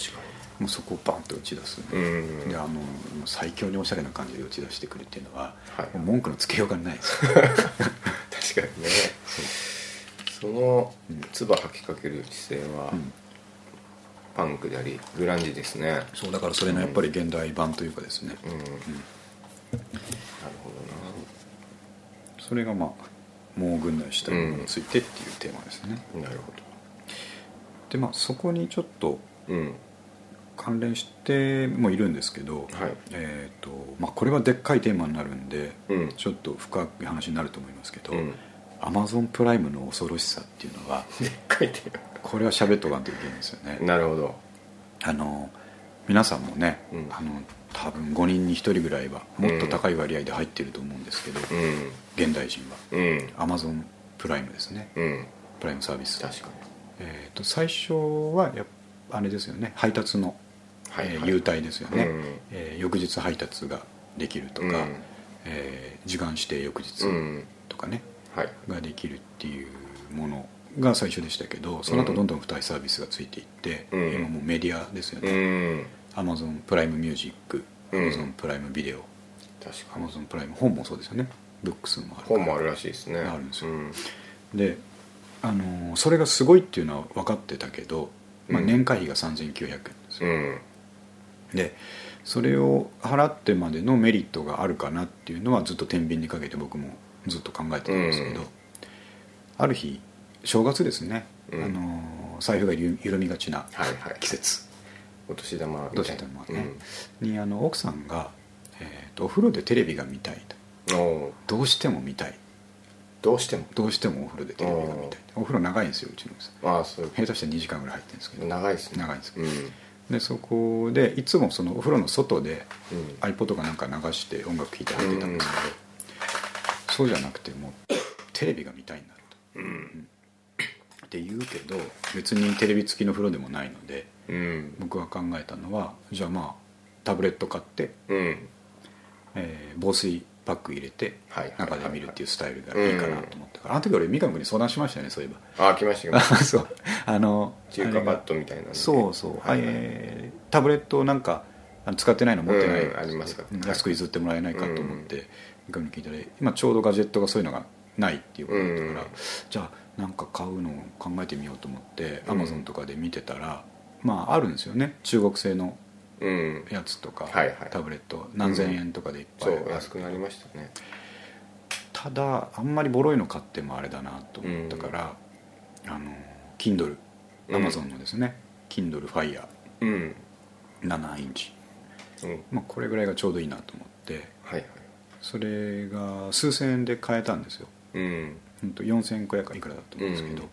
もうそこをバンと打ち出す、
にうん
であのもう最強におしゃれな感じで打ち出してくるっていうのは、
はい [LAUGHS]
もう文句のつけようがないです
確かにねその
うん
唾吐きかける姿勢は、
うん
パンクでありグランジですね
そうだからそれのやっぱり現代版というかですね、
うん、なるほ
それがまあもう軍内したものについてっていうテーマですね、
どななるほ
でまあそこにちょっと
どうん
関連してもいるんですけど、
はい
えーとまあ、これはでっかいテーマになるんで、
うん
ちょっと深い話になると思いますけど、
うん
アマゾンプライムの恐ろしさっていうのは
でっかい手
これは喋っとかんといけないんですよね
なるほど
あの皆さんもね、
うん
あの多分5人に1人ぐらいはもっと高い割合で入ってると思うんですけど、
うん
現代人は
うん
アマゾンプライムですね
うん
プライムサービス、
確か
えー、と最初はやっあれですよね配達の、
はい
えー
はい
優待ですよ
に
ね、
うん
えー翌日配達ができるとか、
うん
えー時間指定翌日
うん
とかね、
はい
ができるっていうものが最初でしたけどその後どんどん付帯サービスがついていって、
うん
今もうメディアですよ
う
ね、
ん
Amazon プライムミュージック
うん
Amazon プライムビデオ
確かに
Amazon プライム本もそうですよねブックスもあるから
本もあるらしいですね
あるんですよ
うん
であのーそれがすごいっていうのは分かってたけど、まあ、
うん
年会費が3900円です
う
よ、
ん
でそれを払ってまでのメリットがあるかなっていうのはずっと天秤にかけて僕もずっと考えてたんですけど、
うん
ある日正月ですね、
うん
あのー財布がゆ緩みがちな
はいはい
季節
お年玉
どうしてもね、にあの奥さんが、えーと「お風呂でテレビが見たい」と
うんおう
「どうしても見たい」
どうしても
どうしてもお風呂でテレビが見たいお風呂長いんですようちの店
ああそう
下手したら2時間ぐらい入ってるんですけど
長いですね
長いんですけ
うん
でそこでいつもそのお風呂の外で
うん
iPod かなんか流して音楽聴いて入ってたんですけど、そうじゃなくてもうテレビが見たいんだろうと、うんって言うけど別にテレビ付きの風呂でもないので
うん
僕が考えたのはじゃあまあタブレット買って、
うん
えー防水パック入れて
はいはいはいは
中
い
で見るっていうスタイルがいいかなと思ったから、あの時俺三上君に相談しましたよねそういえば。
ああ来ました来
あ
ました
[LAUGHS] そうあの
中華パッドみたいな
あれ
のね
がそうそう、
はいはい
えータブレットなんかあの使ってないの持ってない、
うんありますか
うん安く譲ってもらえないかと思って三上に聞いたら今ちょうどガジェットがそういうのがないっていうことだったから、
うん
じゃあなんか買うのを考えてみようと思って
う
ア
ん
マゾンとかで見てたらまああるんですよね中国製の
うん
やつとか、
はいはい
タブレット何千円とかでいっぱ
そ
いある
う安くなりましたね
ただあんまりボロいの買ってもあれだなと思ったから、あの Kindle
うん
Amazon のですね、Kindle Fire
うん
7インチ、
うん
まあ、これぐらいがちょうどいいなと思って
はいはい
それが数千円で買えたんですよ
うん
ほんと4500かいくらだと思うんですけど
う、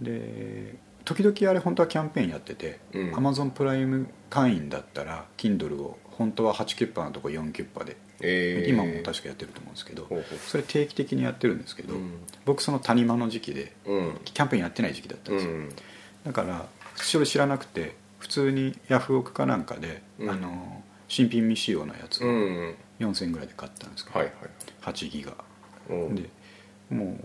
で時々あれ本当はキャンペーンやってて、
うん
Amazon プライム会員だったら Kindle を本当は8キュッパーのとこ4キュッパーで、
えー
今も確かやってると思うんですけど
ほうほう
それ定期的にやってるんですけど、
うん
僕その谷間の時期で
うん
キャンペーンやってない時期だったん
う
ですよ、
ん
だからそれ知らなくて普通にヤフオクかなんかで、
うん
あの新品未使用のやつ
う
を
ん
4000円ぐらいで買ったんですけど、
はいはい
8ギガ
おう
でもう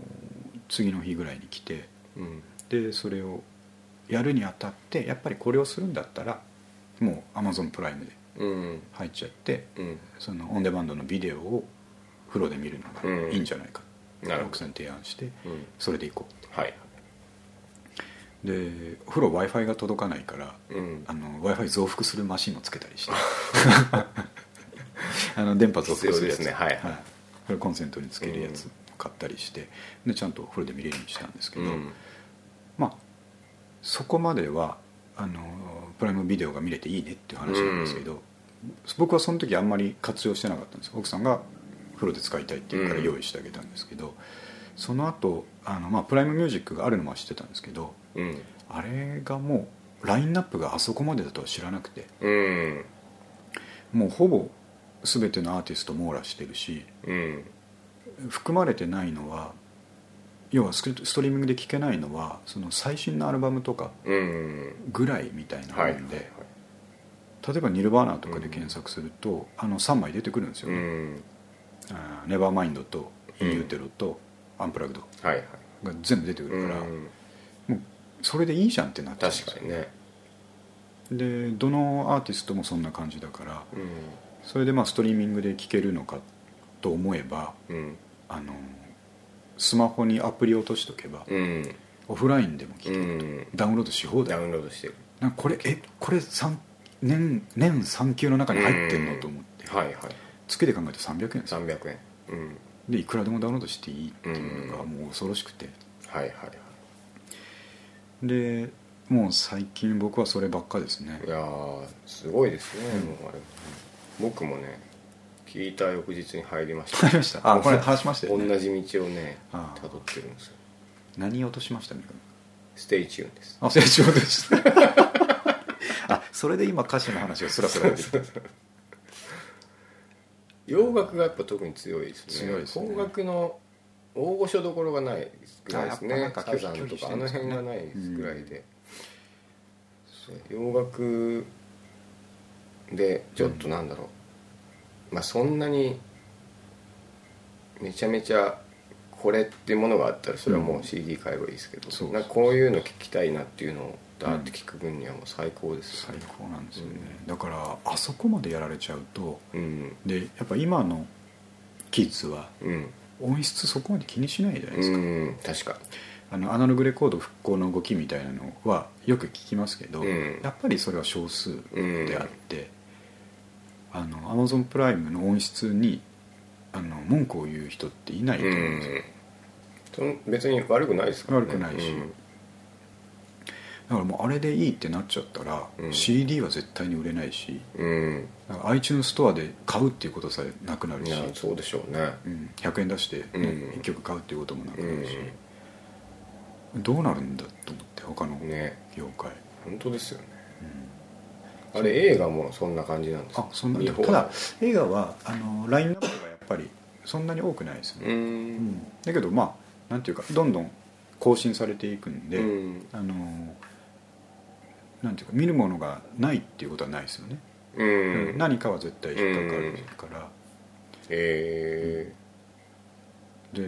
次の日ぐらいに来て
うん
でそれをやるにあたってやっぱりこれをするんだったらもう Amazon プライムで
うん
入っちゃって
うん
そのオンデマンドのビデオを風呂で見るのがいいんじゃないか、
うんなるほど
奥さんに提案して
うん
それで行こ
はい。
うでお風呂 w i f i が届かないから
うん
あ。の w i f i 増幅するマシンをつけたりして [LAUGHS] あの電波増幅するやつ
必要ですねはい
これコンセントにつけるやつを買ったりして、でちゃんとお風呂で見れるようにしたんですけ
う
ど、
ん。
まあそこまではあのプライムビデオが見れていいねっていう話なんですけど、僕はその時あんまり活用してなかったんです奥さんが風呂で使いたいっていうから
うん
用意してあげたんですけど、その後あの、まあプライムミュージックがあるのは知ってたんですけど
うん。
あれがもうラインナップがあそこまでだとは知らなくて
うん。
もうほぼ全てのアーティスト網羅してるし
うん。
含まれてないのは要はスクストリーミングで聴けないのはその最新のアルバムとか
うん。
ぐらいみたいなもん
はい。
で、例えば「ニルバーナ」とかで検索すると、あの3枚出てくるんですよ
う
ね
ん。
「あーネバーマインド」と「インユーテロ」と「アンプラグド
はいはい。」
が全部出てく
う
るから、
ん。
もうそれでいいじゃんってなっちゃうんです
確
よ
かにね。
でどのアーティストもそんな感じだから
う
それでまあストリーミングで聴けるのかと思えば
ん。うん。
あのスマホにアプリ落としとけば、
うん
オフラインでも聞け
う
る、
ん
ダウンロードし放
ダ
題
ウンロードしてる
なんかこれえこれ三年年3級の中に入ってんの、
うん
と思って
はいはい
月で考えると300円ですよ
300円うん
でいくらでもダウンロードしていいっていうのがもう恐ろしくて
はいはいはい
でもう最近僕はそればっかですね
いやーすごいですね、もうあれ僕もね聞いた翌日に入りまし
わ
た
かりましたあこれ話しましたよね
同じ道をね
あー
辿ってるんですよ
何落としましたね
ステイチューンです
あ成長でした [LAUGHS] あそれで今歌詞の話がスラスラ出てきた
洋楽がやっぱ特に強いですね
強いですね
邦楽の大御所どころがないぐらいです
あや
ね
っぱ
サ
なんか拒否
ザン
拒
と
否し
か
てる
あ
ん
の
ですかね
辺がないぐらいで、洋楽でちょっとなんだろう、まあそんなにめちゃめちゃこれってものがあったらそれはもう CD 買えばいいですけど、
そう
なんかこういうの聞きたいなっていうのをダーって聞く分にはもう最高ですよ
最
ね
高なんですよね、だからあそこまでやられちゃうと
うん
でやっぱ今のキッズは
うん、
音質そこまで気にしないじゃないですか、
うん、確か
あのアナログレコード復興の動きみたいなのはよく聞きますけど、
うん
やっぱりそれは少数
うん
であって、あのアマゾンプライムの音質にあの文句を言う人っていないと
う
思うんですよ、
んそん別に悪くないですから、ね、
悪くないし
うん
だからもうあれでいいってなっちゃったら、
うん
CD は絶対に売れないし
うん、
なんか iTunes ストアで買うっていうことさえなくなる
い
し
や、そうでしょうね
うん、100円出して、ね
うん
1曲買うっていうこともなく
う
なるし、
ん
どうなるんだと思って他の
ね
業界、
本当ですよね
うん
あれ映画もそんな感じなんですか
あそんな
見放
ただ映画はあのラインナップがやっぱりそんなに多くないです
う
ね、うんだけどまあなんていうかどんどん更新されていくんで、
うん
あのなんていうか見るものがないっていうことはないですよね、
う
うん
ん
何かは絶対引っかかるから、
え
で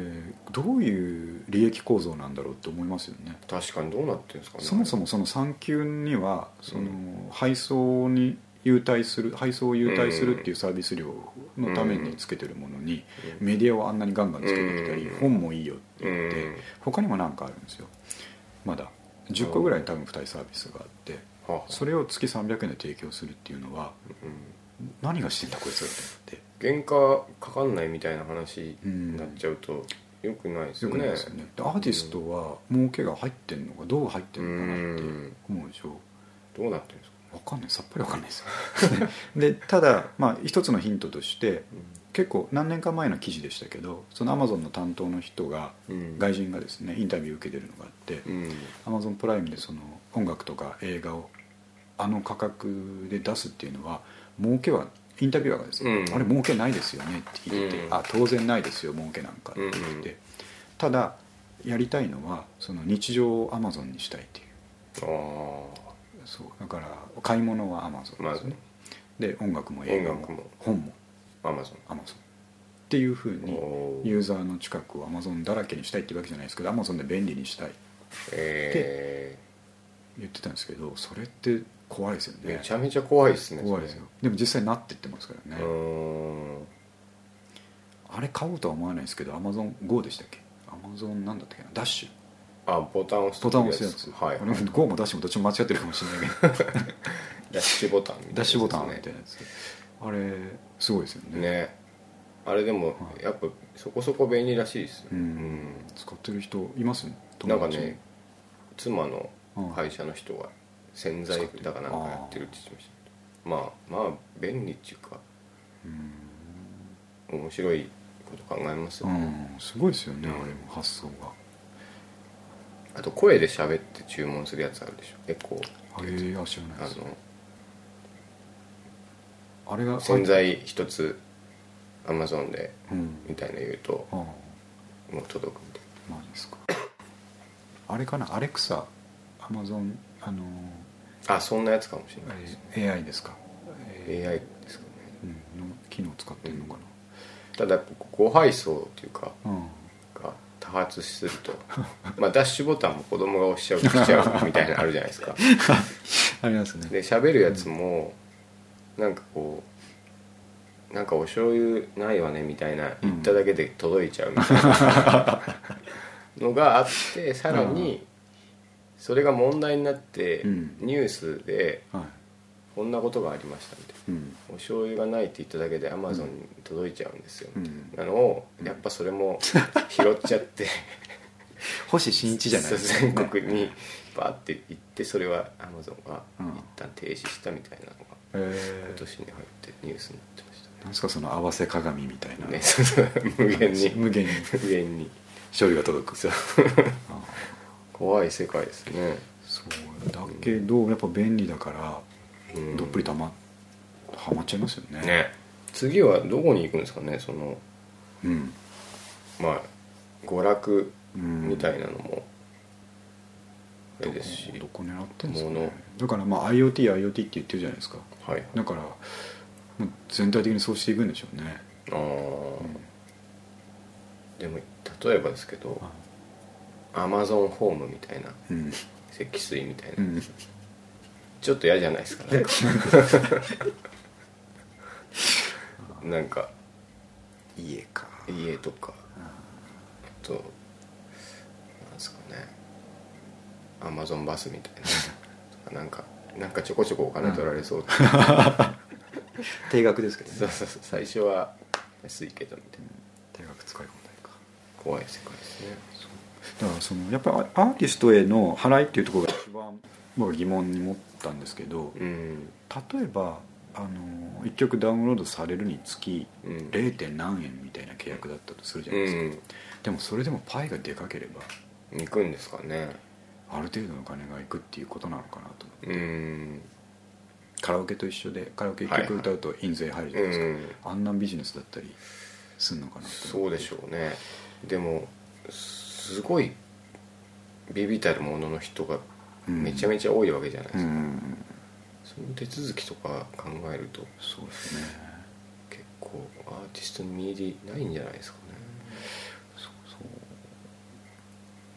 どういう利益構造なんだろうって思いますよね
ー、確かにどうなってるんですかね
そもそもその産休にはその配送に優待する配送を優待するっていうサービス料のためにつけてるものに
うん
メディアをあんなにガンガンつけてきたり
うん
本もいいよって
う
言って
ん
他にも何かあるんですよまだ10個ぐらい多分付帯サービスがあって
は
それを月300円で提供するっていうのは
うん
何がしてんだこいつらと思って
原価かかんないみたいな話
うん
になっちゃうとよくないです
よ
よ
くない
ね
ですよねでアーティストは儲けが入ってんのかどう入って
うん
のかなって
ん
思うでしょ
どうなってるんですか
わかんないさっぱりわかんないですよ [LAUGHS] でただ、まあ、一つのヒントとして結構何年か前の記事でしたけどそのアマゾンの担当の人が
うん
外人がですねインタビュー受けてるのがあって
うん
アマゾンプライムでその音楽とか映画をあの価格で出すっていうのは儲けはインタビュアーがですね、
うん
あれ儲けないですよねって聞いてて、
うん
あ当然ないですよ儲けなんかって言って、
うんうん
ただやりたいのはその日常をアマゾンにしたいっていう
ああ
そうだから買い物はアマゾン
ま
です
ず
ねで音楽も映画
音
も
楽も
本も
アマゾン
アマゾンっていうふうに
おー
ユーザーの近くをアマゾンだらけにしたいってわけじゃないですけどアマゾンで便利にしたい
え
言ってたんですけどそれって怖いですよ
ー
ね
めちゃめちゃ怖いですね
怖いですよでも実際なってってますから
そ
ね
れうーん
あれ買おうとは思わないですけどアマゾン GO でしたっけアマゾンなんだったっけなダッシュ
あボタンを押す
ボタンを押すやつ、
はい
俺も GO もダッシュもどっちも間違ってるかもしれない
[LAUGHS]
けど
ダッシュボタンみたいな
ダッ
やつですね
シュボタンみたいなやつあれすごいですよね
ねあれでも
はい
やっぱそこそこ便利らしいですね
うん使ってる人います
うんなんかね妻の
うん
会社の人が洗剤
使ってる
だかなんかやってるって言ってましたまあまあ便利っていうか面白いこと考えます
う
よね
んすごいですよね、
うん
あれも発想が
あと声で喋って注文するやつあるでしょエコ
あ
ー
れ
ってや
は知らない
つあ
です
の
あれが
洗剤一つアマゾンで
うん
みたいな言うと
ああ
もう届くみたい
マジですかあれかなアレクサアマゾンあの
なあそんなやつかもしれないです
あれ AI ですか、え
AI ですかね
ーうん、の機能を使ってるのか
ただやっぱ誤配送っていうか
な、うん
が多発するとまあダッシュボタンも子供が押しちゃう押しちゃうみたいなのあるじゃないですか
ありますね
で喋るやつもなんかこうなんかお醤油ないわねみたいな言っただけで届いちゃうみたいなのがあ
[LAUGHS]
ってさらにそれが問題になって
うん
ニュースで
は
こんなことがありましたみたいない
うん
お醤油がないって言っただけでアマゾンに届いちゃうんですよ
う
み
ん
たいなのをやっぱそれも拾っちゃって
星新一じゃないですか
全国にバーって行ってそれはアマゾンが一旦停止したみたいなのが
え
今年に入ってニュースになってましたね
ー、なんですかその合わせ鏡みたいな、
ね、そうそう無限に
無限に
無限に
処理が届く
そう
あー
怖い世界ですね
そうだけどやっぱ便利だから
うん
どっぷりたまはまっちゃいますよね
ね次はどこに行くんですかねその
うん、
まあ娯楽
うん、
みたいなのもあ
ど
れ
こ
ですし、
どこ狙ってんですか、
も
ねだ
の、
からまあ IoTIoT って言ってるじゃないですか
はいはい
だからもう全体的にそうしていくんでしょうね
ああ、でも例えばですけどアマゾンホームみたいな
うん
積水みたいな、
うん
ちょっと嫌じゃないですか
[LAUGHS]
なんかなんか
家か
家とかあとなんですかねアマゾンバスみたいな [LAUGHS] とかなんかなんかちょこちょこお金取られそう、
定額ですけど
[LAUGHS] そうそうそう最初は安いけどみたいな
定額使い放題か
怖い世界ですね
だからそのやっぱりアーティストへの払いっていうところが一番僕は疑問に持ったんですけど
うん
例えばあの1曲ダウンロードされるにつき
うん
0. 点何円みたいな契約だったとするじゃ
う
ないですか、
ん
でもそれでもパイがでかければ
行くんですかね
ある程度の金がいくっていうことなのかなと思う
うん
カラオケと一緒でカラオケ1曲歌うと印税入るじゃ
う
ないですか、
ん
あんなビジネスだったりすんのかなと
そうでしょうねでもすごいビビたるものの人が
うん
めちゃめちゃ多いわけじゃないで
う
すか、
ん
その手続きとか考えると
そうですね
結構アーティストに見入りないんじゃないですかね
そう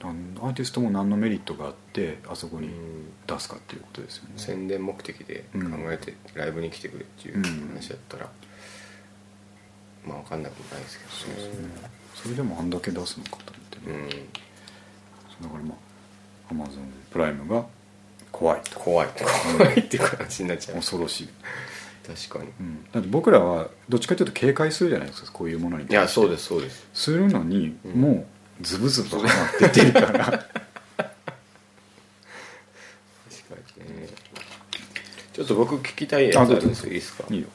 そうなんアーティストも何のメリットがあってあそこ
う
に
ん
出すかっていうことですよね
宣伝目的で考えてライブに来てくれっていう話だったら、まあ分かんなくもないです
そ
け
う
ど
で
ね
すねそれでもあんだけ出すのかと思って
う
ね、
ん
だからまあアマゾンプライムが怖いと
怖い怖いっていう話になっちゃう
恐ろしい
確かに
うんだって僕らはどっちかというと警戒するじゃないですかこういうものに
いやそう
で
ですそうです
するのに、
うん
もうズブズブハマってってるから
確かにねちょっと僕聞きたいやつあるんですけどいいですか
いいよ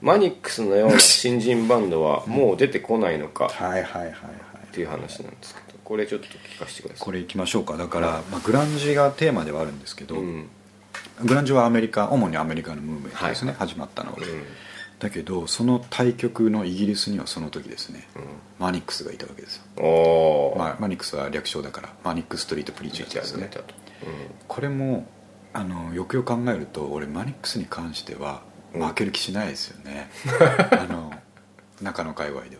マニックスのような新人バンドはもう出てこないのか
[LAUGHS] はいはいはいはい
っていう話なんですけどこれちょっと聞かせてください
これいきましょうかだから、まあ、グランジがテーマではあるんですけど、
うん
グランジはアメリカ主にアメリカのムーブメントですね、
はい
始まったのは、
うん
だけどその対局のイギリスにはその時ですねマニックスがいたわけですよ、
うんおお
まあ、マニックスは略称だからマニックストリートプリーチャーですね
と
これもあのよくよく考えると俺マニックスに関しては
うん
負ける気しないですよ
[LAUGHS]
ね、あの中野界隈で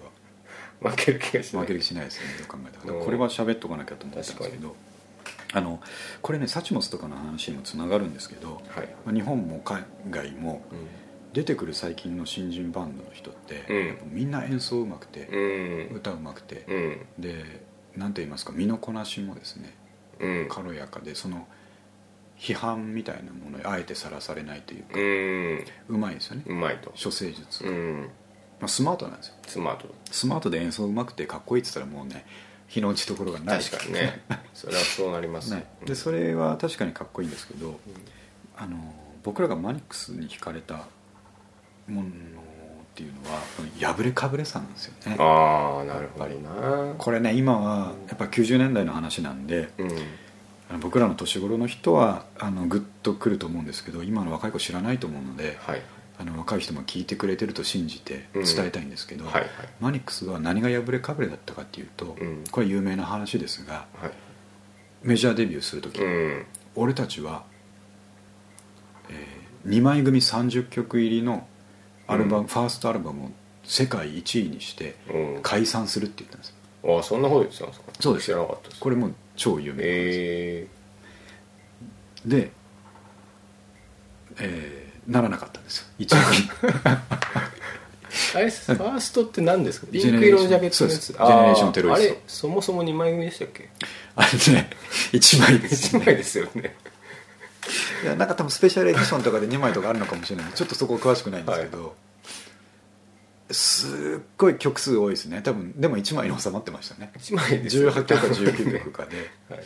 は
負ける気がしない
負ける気しないですよねよく考えたらだから
うん
これは喋っとかなきゃと思ったんですけ
確
どあのこれねサチモスとかの話にもつながるんですけど
はい
まあ日本も海外も出てくる最近の新人バンドの人って、
うん
やっぱみんな演奏うまくて
う、ん
歌うまくて
う、ん
でなんて言いますか身のこなしもですね
うん
軽やかでその批判みたいなものにあえてさらされないというか、
うん
うまいですよね
うまいと
処世術、ま
うん
あ、スマートなんですよ
スマート
スマートで演奏うまくてかっこいいって言ったらもうね日の打ちどころがない
確かにねそれはそうなります
ねでそれは確かにかっこいいんですけどあの僕らがマニックスに惹かれたものっていうのは破れかぶれさなんですよね
ああなるほどな
これね今はやっぱ90年代の話なんで
うん
あの僕らの年頃の人はあのグッとくると思うんですけど今の若い子知らないと思うので
はい
あの若い人も聞いてくれてると信じて伝えたいんですけど、
はいはい
マニックスは何が破れかぶれだったかっていうと、
うん
これ有名な話ですが
はい
メジャーデビューする時、
うん
俺たちは、え2枚組30曲入りのアルバム、
うん
ファーストアルバムを世界1位にして
うん
解散するって言ったんですよ
ああそんなこと言ってたんですか
そうです
知らなかったです
これもう超有名な話です
え
で、えーならなかったんですよ1位に
[LAUGHS] えあれファーストって何ですかピ
ジェ
ン
ネ
ク
レー
色
ション
のジャケット
そ
のやつ
うですジェネレーションテロリ
あーあ
スト
れそもそも2枚組でしたっけ
あれね1枚です
1枚ですよね
いやなんか多分スペシャルエディションとかで2枚とかあるのかもしれないちょっとそこ詳しくないんですけど、すっごい曲数多いですね多分でも1枚に収まってましたね
1枚ですよ
18曲か19曲かで
はい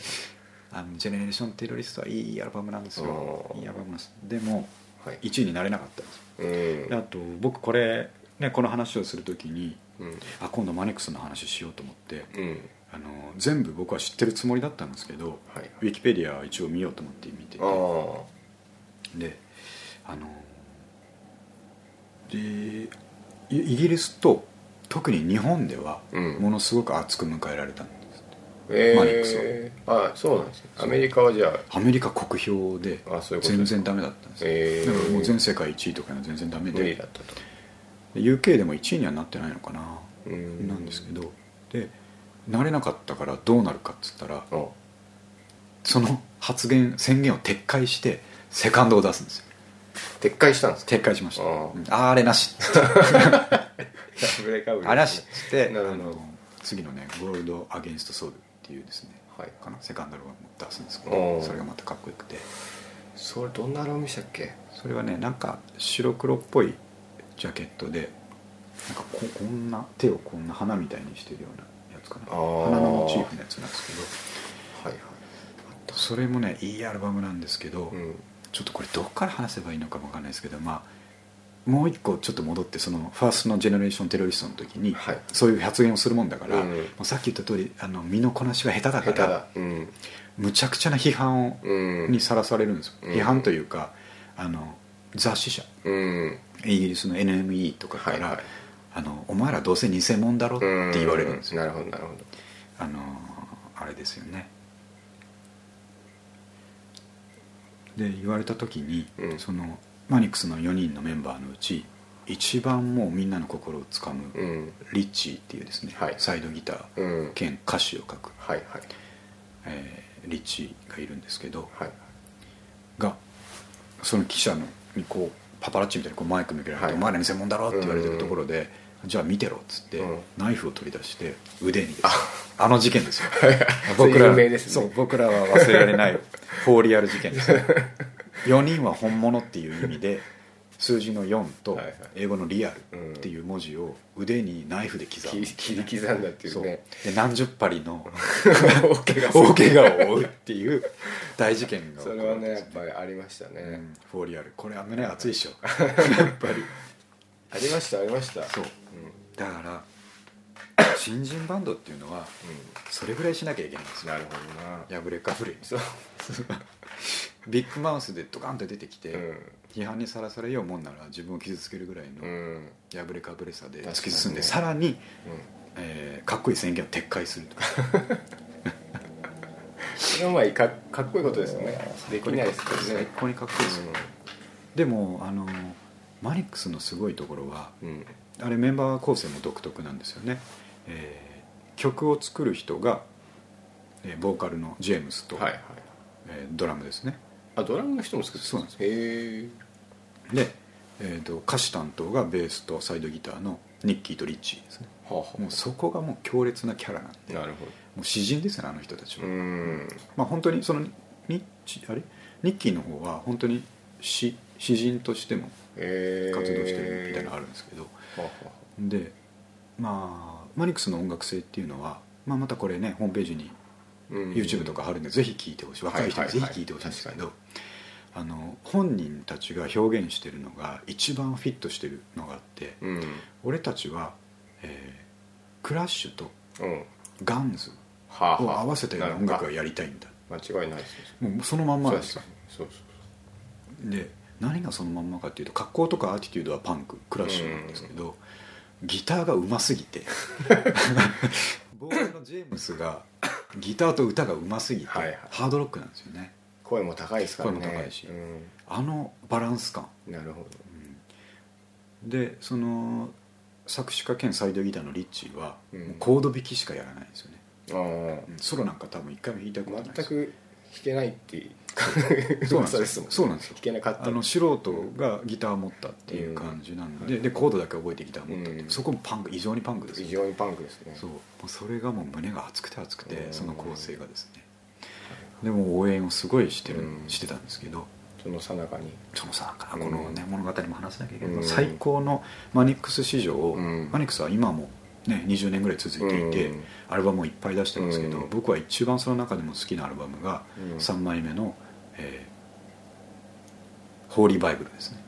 あのジェネレーションテロリストはいいアルバムなんですよ
おー
いいアルバムなんですでも
はい
1位になれなかったんです
うん
であと僕これ、ね、この話をするときに
うん
あ今度マネックスの話しようと思って
うん
あの全部僕は知ってるつもりだったんですけど
はい
ウィキペディアは一応見ようと思って見てて
ああ
であのでイイギリスと特に日本では
うん
ものすごく熱く迎えられたんですって、マニックス
ええあそうなんですねアメリカはじゃあ
アメリカ国評で
あそういうこと
全然ダメだったんですよ
ええ
だからもう全世界1位とかには全然ダメ
無理
で
だったと
で UK でも1位にはなってないのかな、
うん
なんですけどでなれなかったからどうなるかっつったら
あ
その発言宣言を撤回してセカンドを出すんですよ
撤回したんですか
撤回しました
あー
うんあーあれなし
ブレイクアウトですね
あれなしっつって
なるほ
あ
ど
の次のね「ゴールド・アゲンスト・ソウル」っていうですね
はい
かなセカンドアルバムを出すんですけ
お
ど
ー
それがまたかっこよくて
それどんなアルバムでしたっけ
それはねなんか白黒っぽいジャケットでなんかここんな手をこんな花みたいにしてるようなやつかな
あー
花のモチーフのやつなんですけど
はいはい
それもねいいアルバムなんですけど、
うん
ちょっとこれどっから話せばいいのかもわかんないですけどまあもう一個ちょっと戻ってそのファーストのジェネレーションテロリストの時に、
はい
そういう発言をするもんだから、
うん
もうさっき言った通りあの身のこなしが下手だ
下手
から
だうん
むちゃくちゃな批判を、
うん
にさらされるんですよ、
うん
批判というかあの雑誌社
うん
イギリスの NME とかから、
はいはい
あの「お前らどうせ偽物だろ」って言われるんですよ、
なるほどなるほど
あのあれですよねで言われた時に、
うん
そのマニックスの4人のメンバーのうち一番もうみんなの心をつかむ、
うん
リッチーっていうですね、
はい
サイドギター
うん
兼歌詞を書く、
はいはい
えーリッチーがいるんですけど
はい
がその記者のにこうパパラッチみたいにこうマイク向けられて「
はい
お前ら偽物だろ」って言われてるところで「じゃあ見てろ」っつって、
うん
ナイフを取り出して腕にですあの事件ですよ
[LAUGHS] それ有名ですね
そう僕らは忘れられないフォーリアル事件です4人は本物っていう意味で数字の4と
はいはい
英語の「リアル」っていう文字を腕にナイフで刻む、
切り切り刻んだってい
そうう
ね
で何十針の
大怪我する
大怪我を負うっていう大事件が起こ
そ
る
れは
ん
ね
です
や
よ
っぱりありました
う
ね
んフォーリアルこれ危ない熱いで [LAUGHS] しょやっぱり
ありましたありました
そう
う
だから新人バンドっていうのは
んう
それぐらいしなきゃいけないんです
ん
よ
なるほどな
破れかぶれ
そう
[LAUGHS] ビッグマウスでドカンって出てきて、
うん
批判にさらされようもんなら自分を傷つけるぐらい
うんう
の
ん
破れかぶれさで
確かにね
突き進んで、さらに、えーかっこいい宣言を撤回するとか
それはまあかかっこいいことですよねできないですけど
最
ね
高にかっこいいですよ、でもあのマニックスのすごいところは
うんうん
あれメンバー構成も独特なんですよね、えー曲を作る人が、えーボーカルのジェームスと、
はいはい
えードラムですね
あドラムの人も作って
そうなんです
へえ
で、えー、と歌詞担当がベースとサイドギターのニッキーとリッチーですね
はあは
もうそこがもう強烈なキャラなんで
あなるほ
もう詩人ですよねあの人たち
ど
は、
うん
まあ本当にそのニッチあれニッキーの方は本当に詩詩人としても
へえ
活動してるみたいなのがあ
る
るんですけど、
はあはあ
でまあマニックスの音楽性っていうのは、まあ、またこれねホームページに
うん
YouTube とか貼るんで、ぜひ聴いてほしい若い人にぜひ聴いてほしいんですけど、あの本人たちが表現してるのが一番フィットしてるのがあって、
うん
俺たちは、えークラッシュと
うん
ガンズ
はあ
を
はあ
合わせたような音楽
な
が
る
やりたいんだ
ほど間違いないですね
もうそのまんま
そ
な
うんで
ですよ
すねそうそう
で何がそのまんまかっていうと格好とかアーティテュードはパンククラッシュなんですけど、ギターがうますぎて
[LAUGHS]
ボーカルのジェームスがギターと歌がうますぎて
はいはい
ハードロックなんですよね
声も高いですからね
声も高いし
うん
あのバランス感
なるほど
でその作詞家兼サイドギターのリッチーは
うん
もうコード弾きしかやらないんですよね、
あ
うんソロなんか多分一回も弾いたことない
あ全く弾けないって
そうなん
噂
で
ですす
よ
もん
そうなんですよ
弾けなかった
あの素人がギター持ったっていう感じなんで,、でコードだけ覚えてギター持ったって、
うん
そこもパンク異常にパンクです
非
よ
常にパンクですね
そうもうそれがもう胸が熱くて熱くて、
うん
その構成がですねでも応援をすごいしてる、
うん
してたんですけど
そのさなかに
そのさなんか
うん
この、ね物語も話さなきゃいけない、
うん
最高のマニックス史上、
うん
マニックスは今も、ね、20年ぐらい続いていて、
うん
アルバムをいっぱい出してますけど、
うん
僕は一番その中でも好きなアルバムが
うん
3枚目の「えーホーリーバイブル」ですね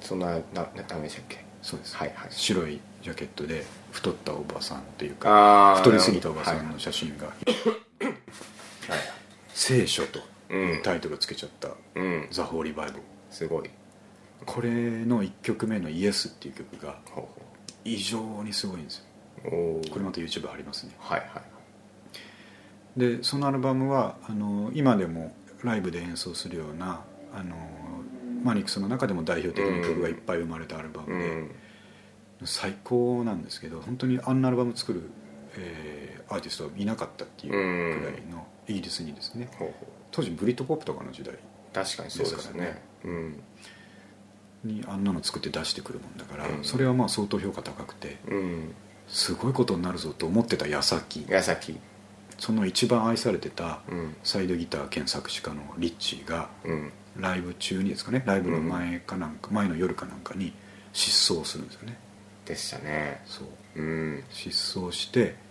そんなななダメでしたっけ
そうです、
はいはい
白いジャケットで太ったおばさんというか
あ
太りすぎたおばさん
は
の
い
写真が
はい
「聖書」と
うん
タイトルつけちゃった
う
「
ん
ザ・ホーリーバイブル
すごい」
これの1曲目の「イエス」っていう曲が
ほう
異常にすごいんですよ
ほうおお
これまた YouTube ありますね
はいはい
でそのアルバムはあの今でもライブで演奏するようなあのマニックスの中でも代表的な曲がいっぱい生まれたアルバ
う
ムで、
ん
最高なんですけど本当にあんなアルバム作る、えーアーティストはいなかったっていうくらいのイギリスにですね
ほうほう
当時ブリッドポップとかの時代
確かにそうで
です
す
からね
ねうん
にあんなの作って出してくるもんだから、
うん
それはまあ相当評価高くて
うん
すごいことになるぞと思ってた矢先
矢崎
その一番愛されてた
うん
サイドギター兼作詞家のリッチーが
うん
ライブ中にですかねライブの前かなんか、前の夜かなんかに失踪するんですよね
でしたね
そう
うん
失踪して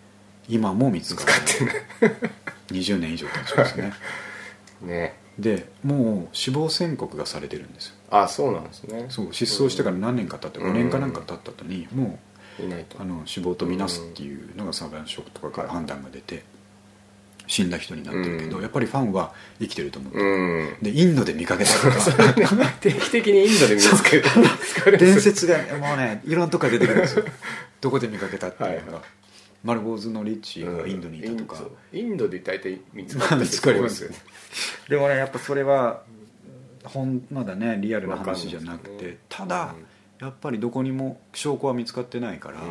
今も見つかってない20年以 [LAUGHS] 上経ちます
[LAUGHS]
ね
ね
でもう死亡宣告がされてるんですよ
あそうなんですね
そう失踪してから何年か経って
うん
5年かなんか経った後にも
いないと
うあの死亡とみなすっていうのが裁判所とかから判断が出て死んだ人になってるけど
うん
やっぱりファンは生きてると思って
うん
でインドで見かけたから
[LAUGHS] 定期的にインドで見つける
伝説がねもうねいろんなとこから出てくるんですよ [LAUGHS] どこで見かけたっていうのが、
はい
丸坊主のリッチーがインドにいたとか、
インドで大体見つ
ま
か
あ
っ
見
た
つかりますよねでもねやっぱそれはほんまだねリアルな話じゃなく
わかん
て
ないですね
ただ、やっぱりどこにも証拠は見つかってないから、フ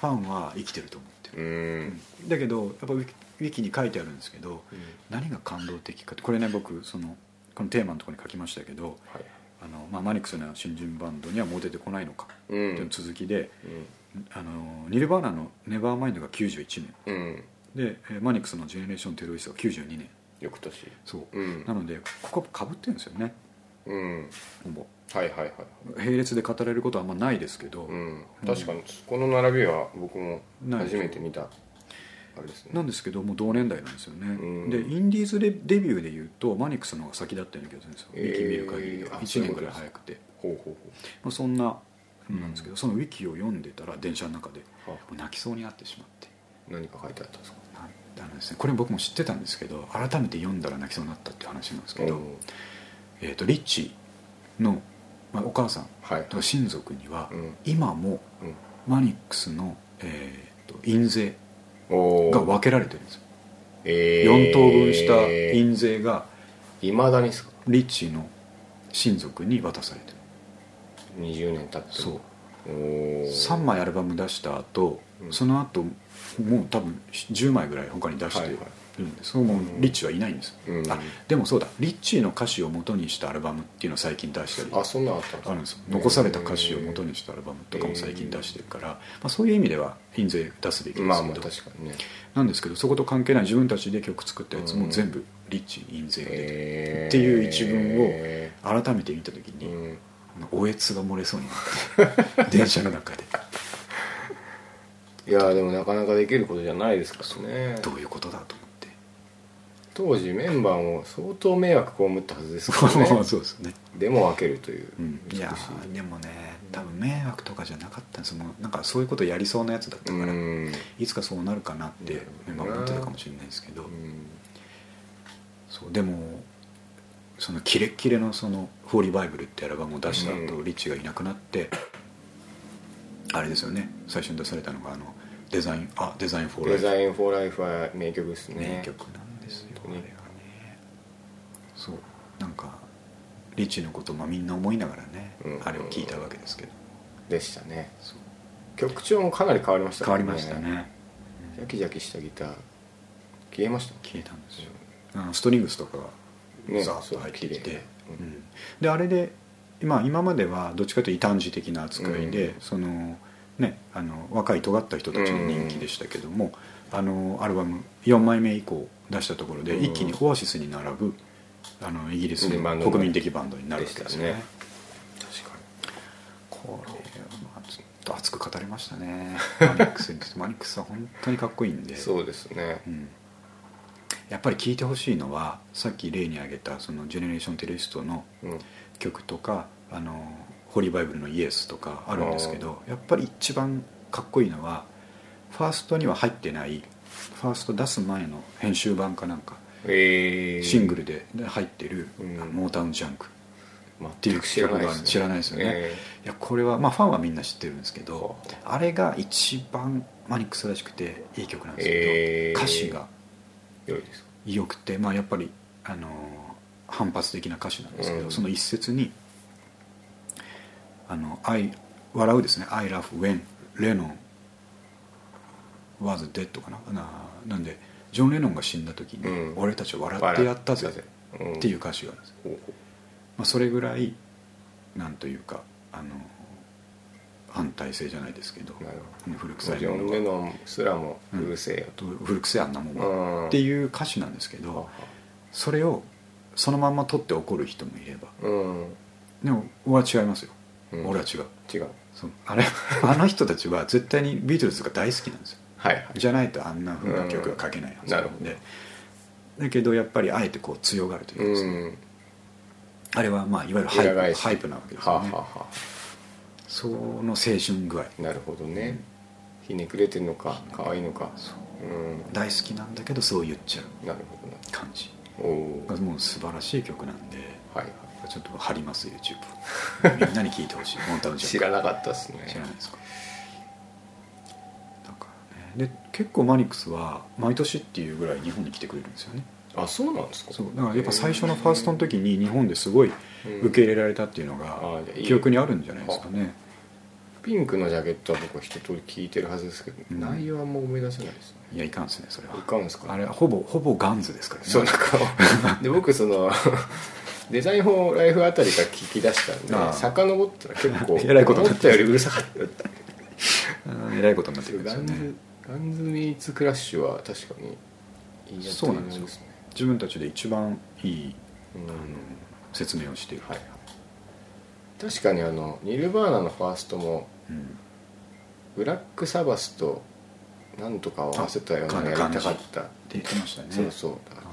ァンは生きてると思って
う
る、
ん
だけどやっぱウィキウィキに書いてあるんですけど
うん
何が感動的かってこれね僕そのこのテーマのところに書きましたけど
はい
あの、まあ、マニックスのような新人バンドにはもう出てこないのか
う
っていうの
ん
続きで、あのニルバーナの「ネバーマインド」が91年
うん
でえーマニックスの「ジェネレーション・テロリスト」が92年
翌年
そう
うん
なのでここかぶってるんですよね
うん
ほぼ
はいはいはい
並列で語られることはあんまないですけど、
うん確かにこの並びは僕も初めて見たあれですね
なんですけどもう同年代なんですよね、
うん
でインディーズレデビューでいうとマニックスの方が先だったような気がするんですよ、
えー
ウィキ見る限りでは
あ
1年ぐらい早くて
ほうほう
まあ、そんなうんなんですけど、そのウィキを読んでたら電車の中でも
ほうは
う泣きそうになってしまって
何か書いてあったんですか
なんあのですねこれ僕も知ってたんですけど改めて読んだら泣きそうになったっていう話なんですけど、えー、とリッチーの、まあ、お母さん
はい
とか親族には、
うん
今も
うん
マニックスの、えー、と印税
お
が
お
分けられてるんですよ、
え
4等分した印税が
いまだにですか
リッチーの親族に渡されてる
20年経って
そう
うおお
3枚アルバム出した後、
うん
その後もう多分10枚ぐらい他に出してるんです、もうリッチーはいないんです、
うん
あでもそうだリッチーの歌詞を元にしたアルバムっていうのを最近出したり
あそんなのあったんです
あるんですよ残された歌詞を元にしたアルバムとかも最近出してるから、まあ、そういう意味では印税出すべきですけど、
まあまあ確かにね
なんですけどそこと関係ない自分たちで曲作ったやつも全部リッチに印税が出て
え
っていう一文を
え
改めて見た時
ー
に、
うん
おえつが漏れそうに
[LAUGHS]
なって電車の中で
いやでもなかなかできることじゃないですからね
どういうことだと思って
当時メンバーも相当迷惑被ったはずですから
まあ [LAUGHS]
ね
そうですね、
でも分けるという
うん
美し
い
い
やーでもね多分迷惑とかじゃなかったんですもうなんかそういうことやりそうなやつだった
う
から、
ん
いつかそうなるかなって
うん
まあ思ってたかもしれないですけど、
うん
そうでもそのキレッキレのその「ホーリーバイブル」ってアルバムを出した後、
うん
リッチがいなくなってあれですよね最初に出されたのがあのデザインあデザインフォーラ
デ
イフ
ザイン・フォー・ライフは名曲ですね
名曲なんですよ、
ね
あれがねそうなんかリッチのことをまあみんな思いながらね、
うん
あれを聞いたわけですけど
でしたね
そう
曲調もかなり変わりました
変わりましたね
ジャキジャキしたギター消えました
消えたんですよあのストリングスとか
ね
がザーッと入ってき
そう綺
て、
麗
う、
うん
であれで、まあ、今まではどっちかというと異端児的な扱いで、
うん
そのね、あの若い尖った人たちの人気でしたけども、あのアルバム4枚目以降出したところで、
うん
一気にオアシスに並ぶあのイギリス
でバンド
の
が
国民的バンドになるわけですよね
でしたね確か
これはまあちょっと熱く語りましたねマニックスについてマニックスは本当にかっこいいんで
[LAUGHS] にそうですね
うんやっぱり聴いてほしいのはさっき例に挙げたそのジェネレーションテレストの
うん
曲とかあのホリーバイブルの「イエス」とかあるんですけどやっぱり一番かっこいいのはファーストには入ってないファースト出す前の編集版かなんか
えー
シングルで入ってる「
うん
モータウンジャンク」
全く知らないですね
知らないですよね
え
いやこれはまあファンはみんな知ってるんですけどあれが一番マニックスらしくていい曲なんですけど、
えー
歌詞が
ー良いです
良くて、まあ、やっぱり、あのー反発的な歌詞なんですけど、
うん
その一節にあの I 笑うですね「I love when Lennon was dead」かなななんでジョン・レノンが死んだ時に「
うん
俺たち笑ってやったぜ」っていうう歌詞があるんです、
んほうほ
まあ、それぐらいなんというかあの反対性じゃないですけど
うなるほ
古
ど
臭い
ジョ
も
ン・
の
レ
が
ノンすらもうるせえよ
と古臭いあんなもん
と、
が
うん
っていう歌詞なんですけど、それをそのまんま取って怒る人もいれば
うん、
でも俺は違いますよ、
うん
俺は違う
違う
そうあれ [LAUGHS] あの人たちは絶対にビートルズが大好きなんですよ
はいはい
じゃないとあんな風な曲が書けないはずなんで、
うんなる
だけどやっぱりあえてこう強がるというかですね、
うん
あれはまあいわゆるハイ
裏返
プ
し
ハイプなわけです
はあ、
よ
は
ね
あは
その青春具合
あ、なるほどね、ひねくれてるのか可愛いのか
そう
うん
大好きなんだけどそう言っちゃう
なるほどな
感じ
おお
がもう素晴らしい曲なんで
はいはい
ちょっと貼ります [LAUGHS] YouTube みんなに聴いてほしいモンタウンジャック
知らなかったですね
知らないですかだからねで結構マニックスは毎年っていうぐらい日本に来てくれるんですよね
あそうなんですか
そうだからやっぱ最初のファーストの時に日本ですごい
うん
受け入れられたっていうのが
あじゃあいい
記憶にあるんじゃないですかね
ピンクのジャケットは僕は一通り聞いてるはずですけど、
うん
内容はもう思い出せないですね
いやいかんですねそれはい
かんですか
あれはほぼほぼガンズですからね
そうなんか
[LAUGHS]
で僕そのデザイン法ライフあたりから聞き出したんで
ああ
遡ったら結構
[LAUGHS] えらいことにな
思
っ
ってたよりうるさかった
うんえらいことになってくるんで
ガ
すよ
ン
ね
ズガンズミーツクラッシュは確かにいいやつ
そうなんですよ
ね
自分たちで一番いいあ
うん
の説明をしている、
はいはい確かにあのニルバーナのファーストも
うん
ブラックサバスとなんとかを合わせたよう
あ
なやりたかった、
って言ってましたね
そうそうだから
あ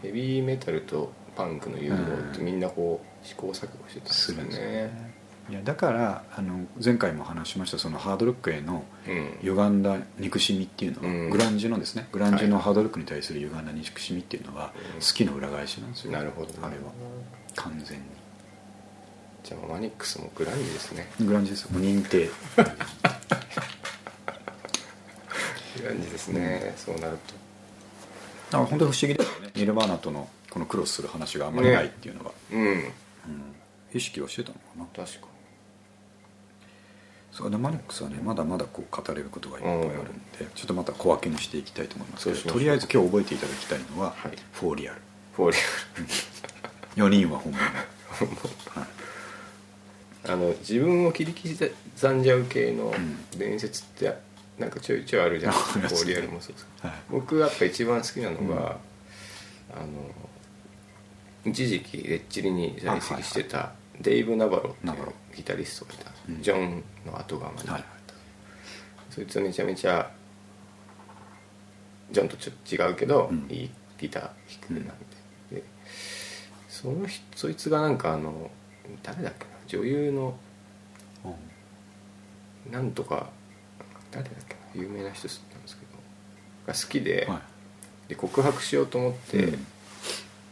ヘビーメタルとパンクの融合って
うん
みんなこう試行錯誤して
ー
たんです
す
よ
るんですよ
ね
ねいやだからあの前回も話しましたそのハードロックへの
うん
歪んだ憎しみっていうのは、
うん
グランジのですねグランジの
はい
ハードロックに対する歪んだ憎しみっていうのは、
うん
好きの裏返しなんですよ
なるほどね
あれは完全
じゃあマニックスもグランジですね
にグランジですよもう認定
グランジですね、そうなる
なんか本当に不思議ですよねニルバーナとのこのクロスする話があんまりないっていうのが、
とうん
うん、意識はしてたのかな
確か
そうでマニックスはねまだまだこう語れることがいっぱいあるんで、ちょっとまた小分けにしていきたいと思いますけど
そうしましょう
とりあえず今日覚えていただきたいのは「
はい
フォーリアル
フォーリ」
4人は本物
アあの自分を切り刻んじゃう系の
ん
伝説ってなんかちょいちょいあるじゃないですか、
[LAUGHS] ありますね
フォーリアルもそうですけど
はい
僕やっぱ一番好きなのが、あの一時期レッチリに在籍してたデイブ・ナバロってい
ナバロ
うギタリストがいたんです
うん
ジョンの後釜に、
はいはい
そいつはめちゃめちゃジョンとちょっと違うけど、
うん
いいギター弾くなんで,、でその人そいつがなんかあの誰だっけな女優の
うん
なんとか誰だっけな有名な人なんですけどが好きで,、
は
で告白しようと思って、
うん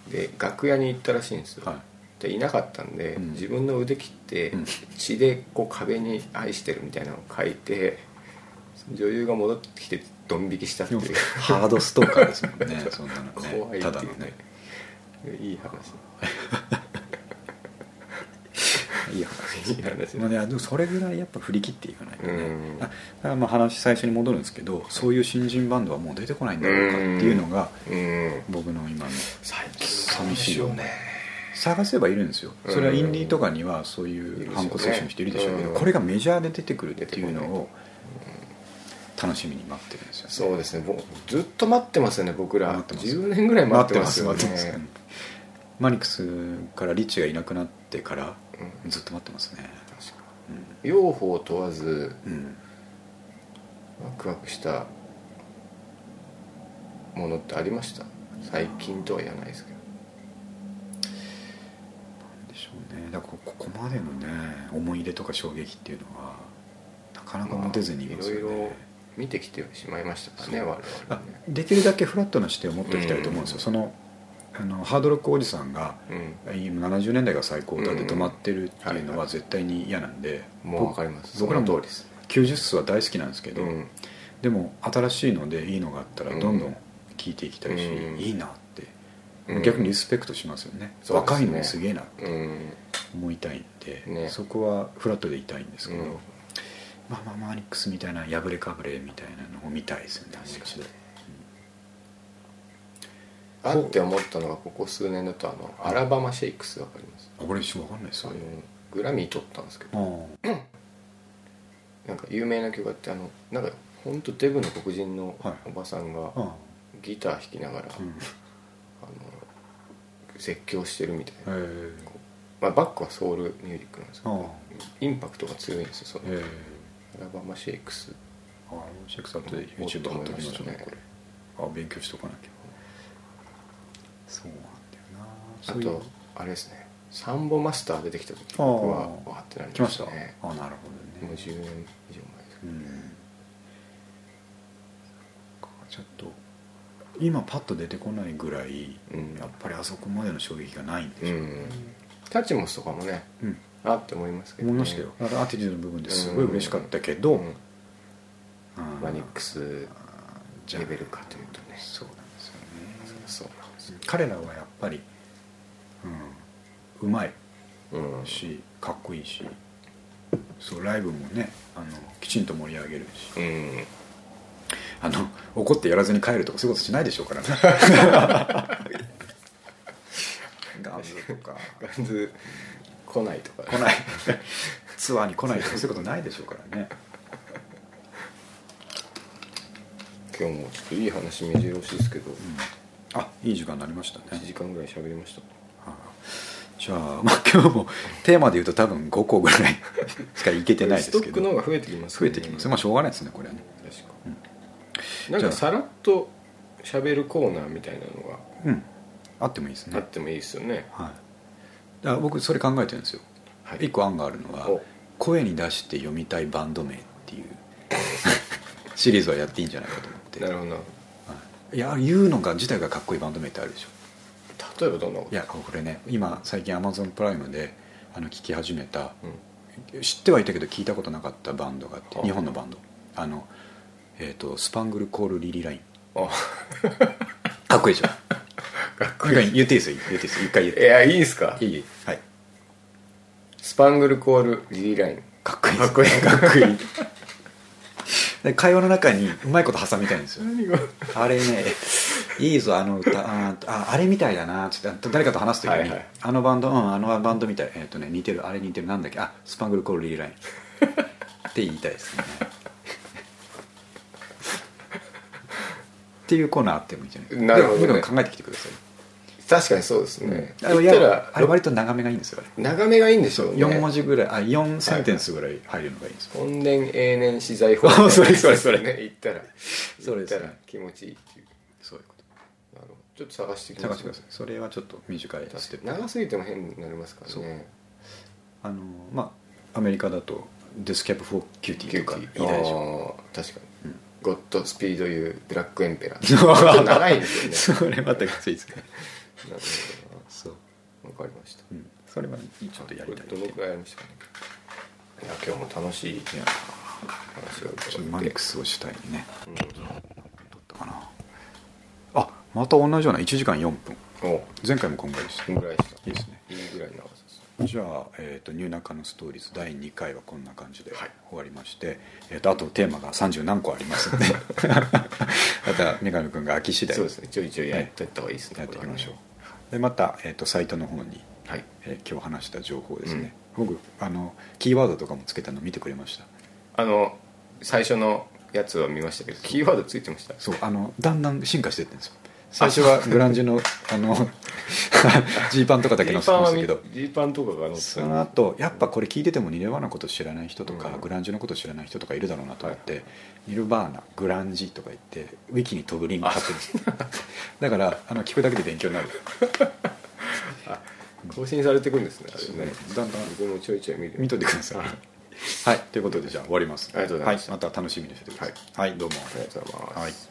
で楽屋に行ったらしいんです
い
よ、
はい
でいなかったんで、
うん
自分の腕切って、
うん
血でこう壁に「愛してる」みたいなのを書いて女優が戻ってきてドン引きしたって
で
い
も
う
ハードストーカーですもんねそんなの
怖
ね
いってい
ただ
うね
のね
いい話
いい話です
いい話
まあね、でもそれぐらいやっぱ振り切っていかないとね、
うん
あだからまあ話最初に戻るんですけどそういう新人バンドはもう出てこないんだろうかっていうのが
うん
僕の今の
最近
寂しいよ
よ
ね探せばいるんですよそれはインディーとかにはそういうハンコセッションしているでしょうけど
うん
これがメジャーで出てくるっていうのを楽しみに待ってるんですよね
そうですねもうずっと待ってますよね僕ら
待ってます
10年ぐらい待ってますよね
待ってます待ってますマニックスからリッチがいなくなってから
う
ずっと待ってますね
用法問わず
うん、うん
ワクワクしたものってありました最近とは言わないですけど
でしょうねだからここまでのね思い入れとか衝撃っていうのはなかなか持てずにいますよね、
まあいろいろ見てきてしまいましたからね我
あ
々ね
できるだけフラットな視点を持っていきたいと思うんですよ、
うん
そのあのハードロックおじさんが今70年代が最高だって止まってるっていうのは絶対に嫌なんで、
うんもう分かります
僕らも
その通りです
90数は大好きなんですけど、
うん
でも新しいのでいいのがあったらどんどん聞いていきたいし、
うん
いいなって、
うん
逆にリスペクトしますよね、
そうですね
若いのにすげえなって
うん
思いたいんで、
ね
そこはフラットでいたいんですけど、
うん
まあまあマニックスみたいな破れかぶれみたいなのを見たいですよね
確かに
もう一度
あって思ったのがここ数年だとあのアラバマシェイクス分かります
あこれ一緒わかんないです
あ
よ
のグラミー取ったんですけど
ああ
なんか有名な曲があってあのなんか本当デブの黒人の
はい
おばさんが
あ
ギター弾きながら、
あうん
あの絶叫してるみたいな、
ええ
まあ、バックはソウルミュージックなんですけ
あ
ど
あ
インパクトが強いんですよその、
え
アラバマシェイクス
えああシェイクスアップで YouTube 貼っておきましょうねこれああ勉強しとかなきゃそうなんだよな
あ
そういう
とあれですねサンボマスター出てきた時
あ
僕
あ
はわーってなり
来
ま
ま
し
したた
ね
ああなるほど
もう
ね
10年以上前です
うんちょっと今パッと出てこないぐらい
うん
やっぱりあそこまでの衝撃がないんでしょうね
タッチモスとかもね
うん
あって思いますけど、
思い
ね、
ましたよだからアティテュードの部分ですごい嬉しかったけど、
うん
うん
マニックス
じゃ
レ
あ
ベルかというとね
そうなんですよ
そ
ね
りゃそうなんですよ
彼らはやっぱりうんうまい
うん
しかっこいいしそうライブもねあのきちんと盛り上げるし
うん
あの怒ってやらずに帰るとかそういうことしないでしょうからね [LAUGHS] ガンズとか
ガンズ来ないとか
来ないツアーに来ないとかそういうことないでしょうからね
今日もちょっといい話目白押しですけど、
あいい時間になりましたね
1時間ぐらい喋りました
あじゃあ、まあ、今日もテーマで言うと多分5個ぐらいしかいけてないで
ス
す
ト
けど
ックの方が増えてきます
増えてきますまあしょうがないですねこれはね
確か、
ん
なん
じゃ
か
あ
さらっと喋るコーナーみたいなのが
うんあってもいいです
あ
ね
ってもいいですよね
はいだから僕それ考えてるんですよ
は
一個案があるのは
お
「声に出して読みたいバンド名」って
[LAUGHS]
いうシリーズはやっていいんじゃないかと思って
なるほど
はいいや言うのが自体がかっこいいバンド名ってあるでしょ
例えばどんなこ
い
と
やこれね今最近 Amazon プライムであの聞き始めた
うん
知ってはいたけど聞いたことなかったバンドがあって
はあ
日本のバンドあのえっ、とスパングルコールリリライン [LAUGHS]
あ
かっこいい
[LAUGHS]
でしょかっこい [LAUGHS] い言っていいですよ言っていいですよ一回言っ
い
て
やいいですか
いいいいはい
スパングルコールリリーライン
かっこいい
かっこいい
かっこいいで会話の中にうまいこと挟みたいんですよ
何が
あれねいいぞあの歌あーああれみたいだなつって誰かと話す時に、
はいはい
あのバンドうんあのバンドみたいえっ、とね似てるあれ似てるなんだっけあスパングルコールリーラインって言いたいですねっていうコーナーあってもいいんじゃない
なるほどね
でも僕も考えてきてください
確かにそうですね、
あのい
言った
や
ら
あれ割と長めがいいんですよあれ
長めがいいんでしょうね
4文字ぐらいあ4センテンスぐらい入るのがいいんですよ、
本年永年資材法
あ [LAUGHS] それそれそれ
ね言ったら
それ
言
で
っ
す
た
ね
ら気持ちいいっていう
そういうこと
なるほどちょっと探してきま
探し
す
てくださいそれはちょっと短いステップ
長すぎても変になりますから
そう
ね
あのまあアメリカだと「デスキャップ・フォー・キューティー」とか言い
キ
た
ュ
い
ーティー
でしょ
あー確かに、ゴッドスピードユーブラックエンペラ
[LAUGHS]
ー長いですよね
それまたきついですね
なるほ
そう、
どなわかりました
うん、それはちょっとやりたい
どのくらいやりましたかねいや今日も楽しい
いや
話が
ちょっと
伺
マ
え
ニッ
て
クスを主体にね
うん
撮ったかなあまた同じような1時間4分
お
前回もこんぐらいでした
こんぐらいでし
いいですね
たいいぐらいの長さです
じゃあ、えーと「ニューナカのストーリーズ」第2回はこんな感じで
はい
終わりまして、えー、とあとテーマが30何個ありますん
[LAUGHS]
で [LAUGHS] また三上君が飽き次第
そうですねちょいちょいやっていった方がいいですね、
やっていきましょう
こ
でまた、えー、とサイトの方に、
れはねはい
えー今日話した情報ですね、僕あのキーワードとかもつけたの見てくれました
あの最初のやつは見ましたけどキーワードついてました
そうあのだんだん進化していってるんですよ最初 [LAUGHS] はグランジュのあ [LAUGHS] のジーパンとかだけ
ジ
載せ
ー
て
パ
ま
ンは
した
見
けど
ジーパンとかが載って
そ
た
の
の
後やっぱこれ聞いててもニルバーナこと知らない人とか、
うん
グランジュのこと知らない人とかいるだろうなと思って、ニルバーナグランジとか言ってウィキに飛ぶリンク貼ってるんですよ [LAUGHS] だからあの聞くだけで勉強になる
更新されていくんですねあれね
だんだん
僕もちょいちょい見る
見といてくださいはいということでじゃあ終わります
ありがとうございました
はい、また楽しみにしててください、はいどうも
ありがとうございます、
はい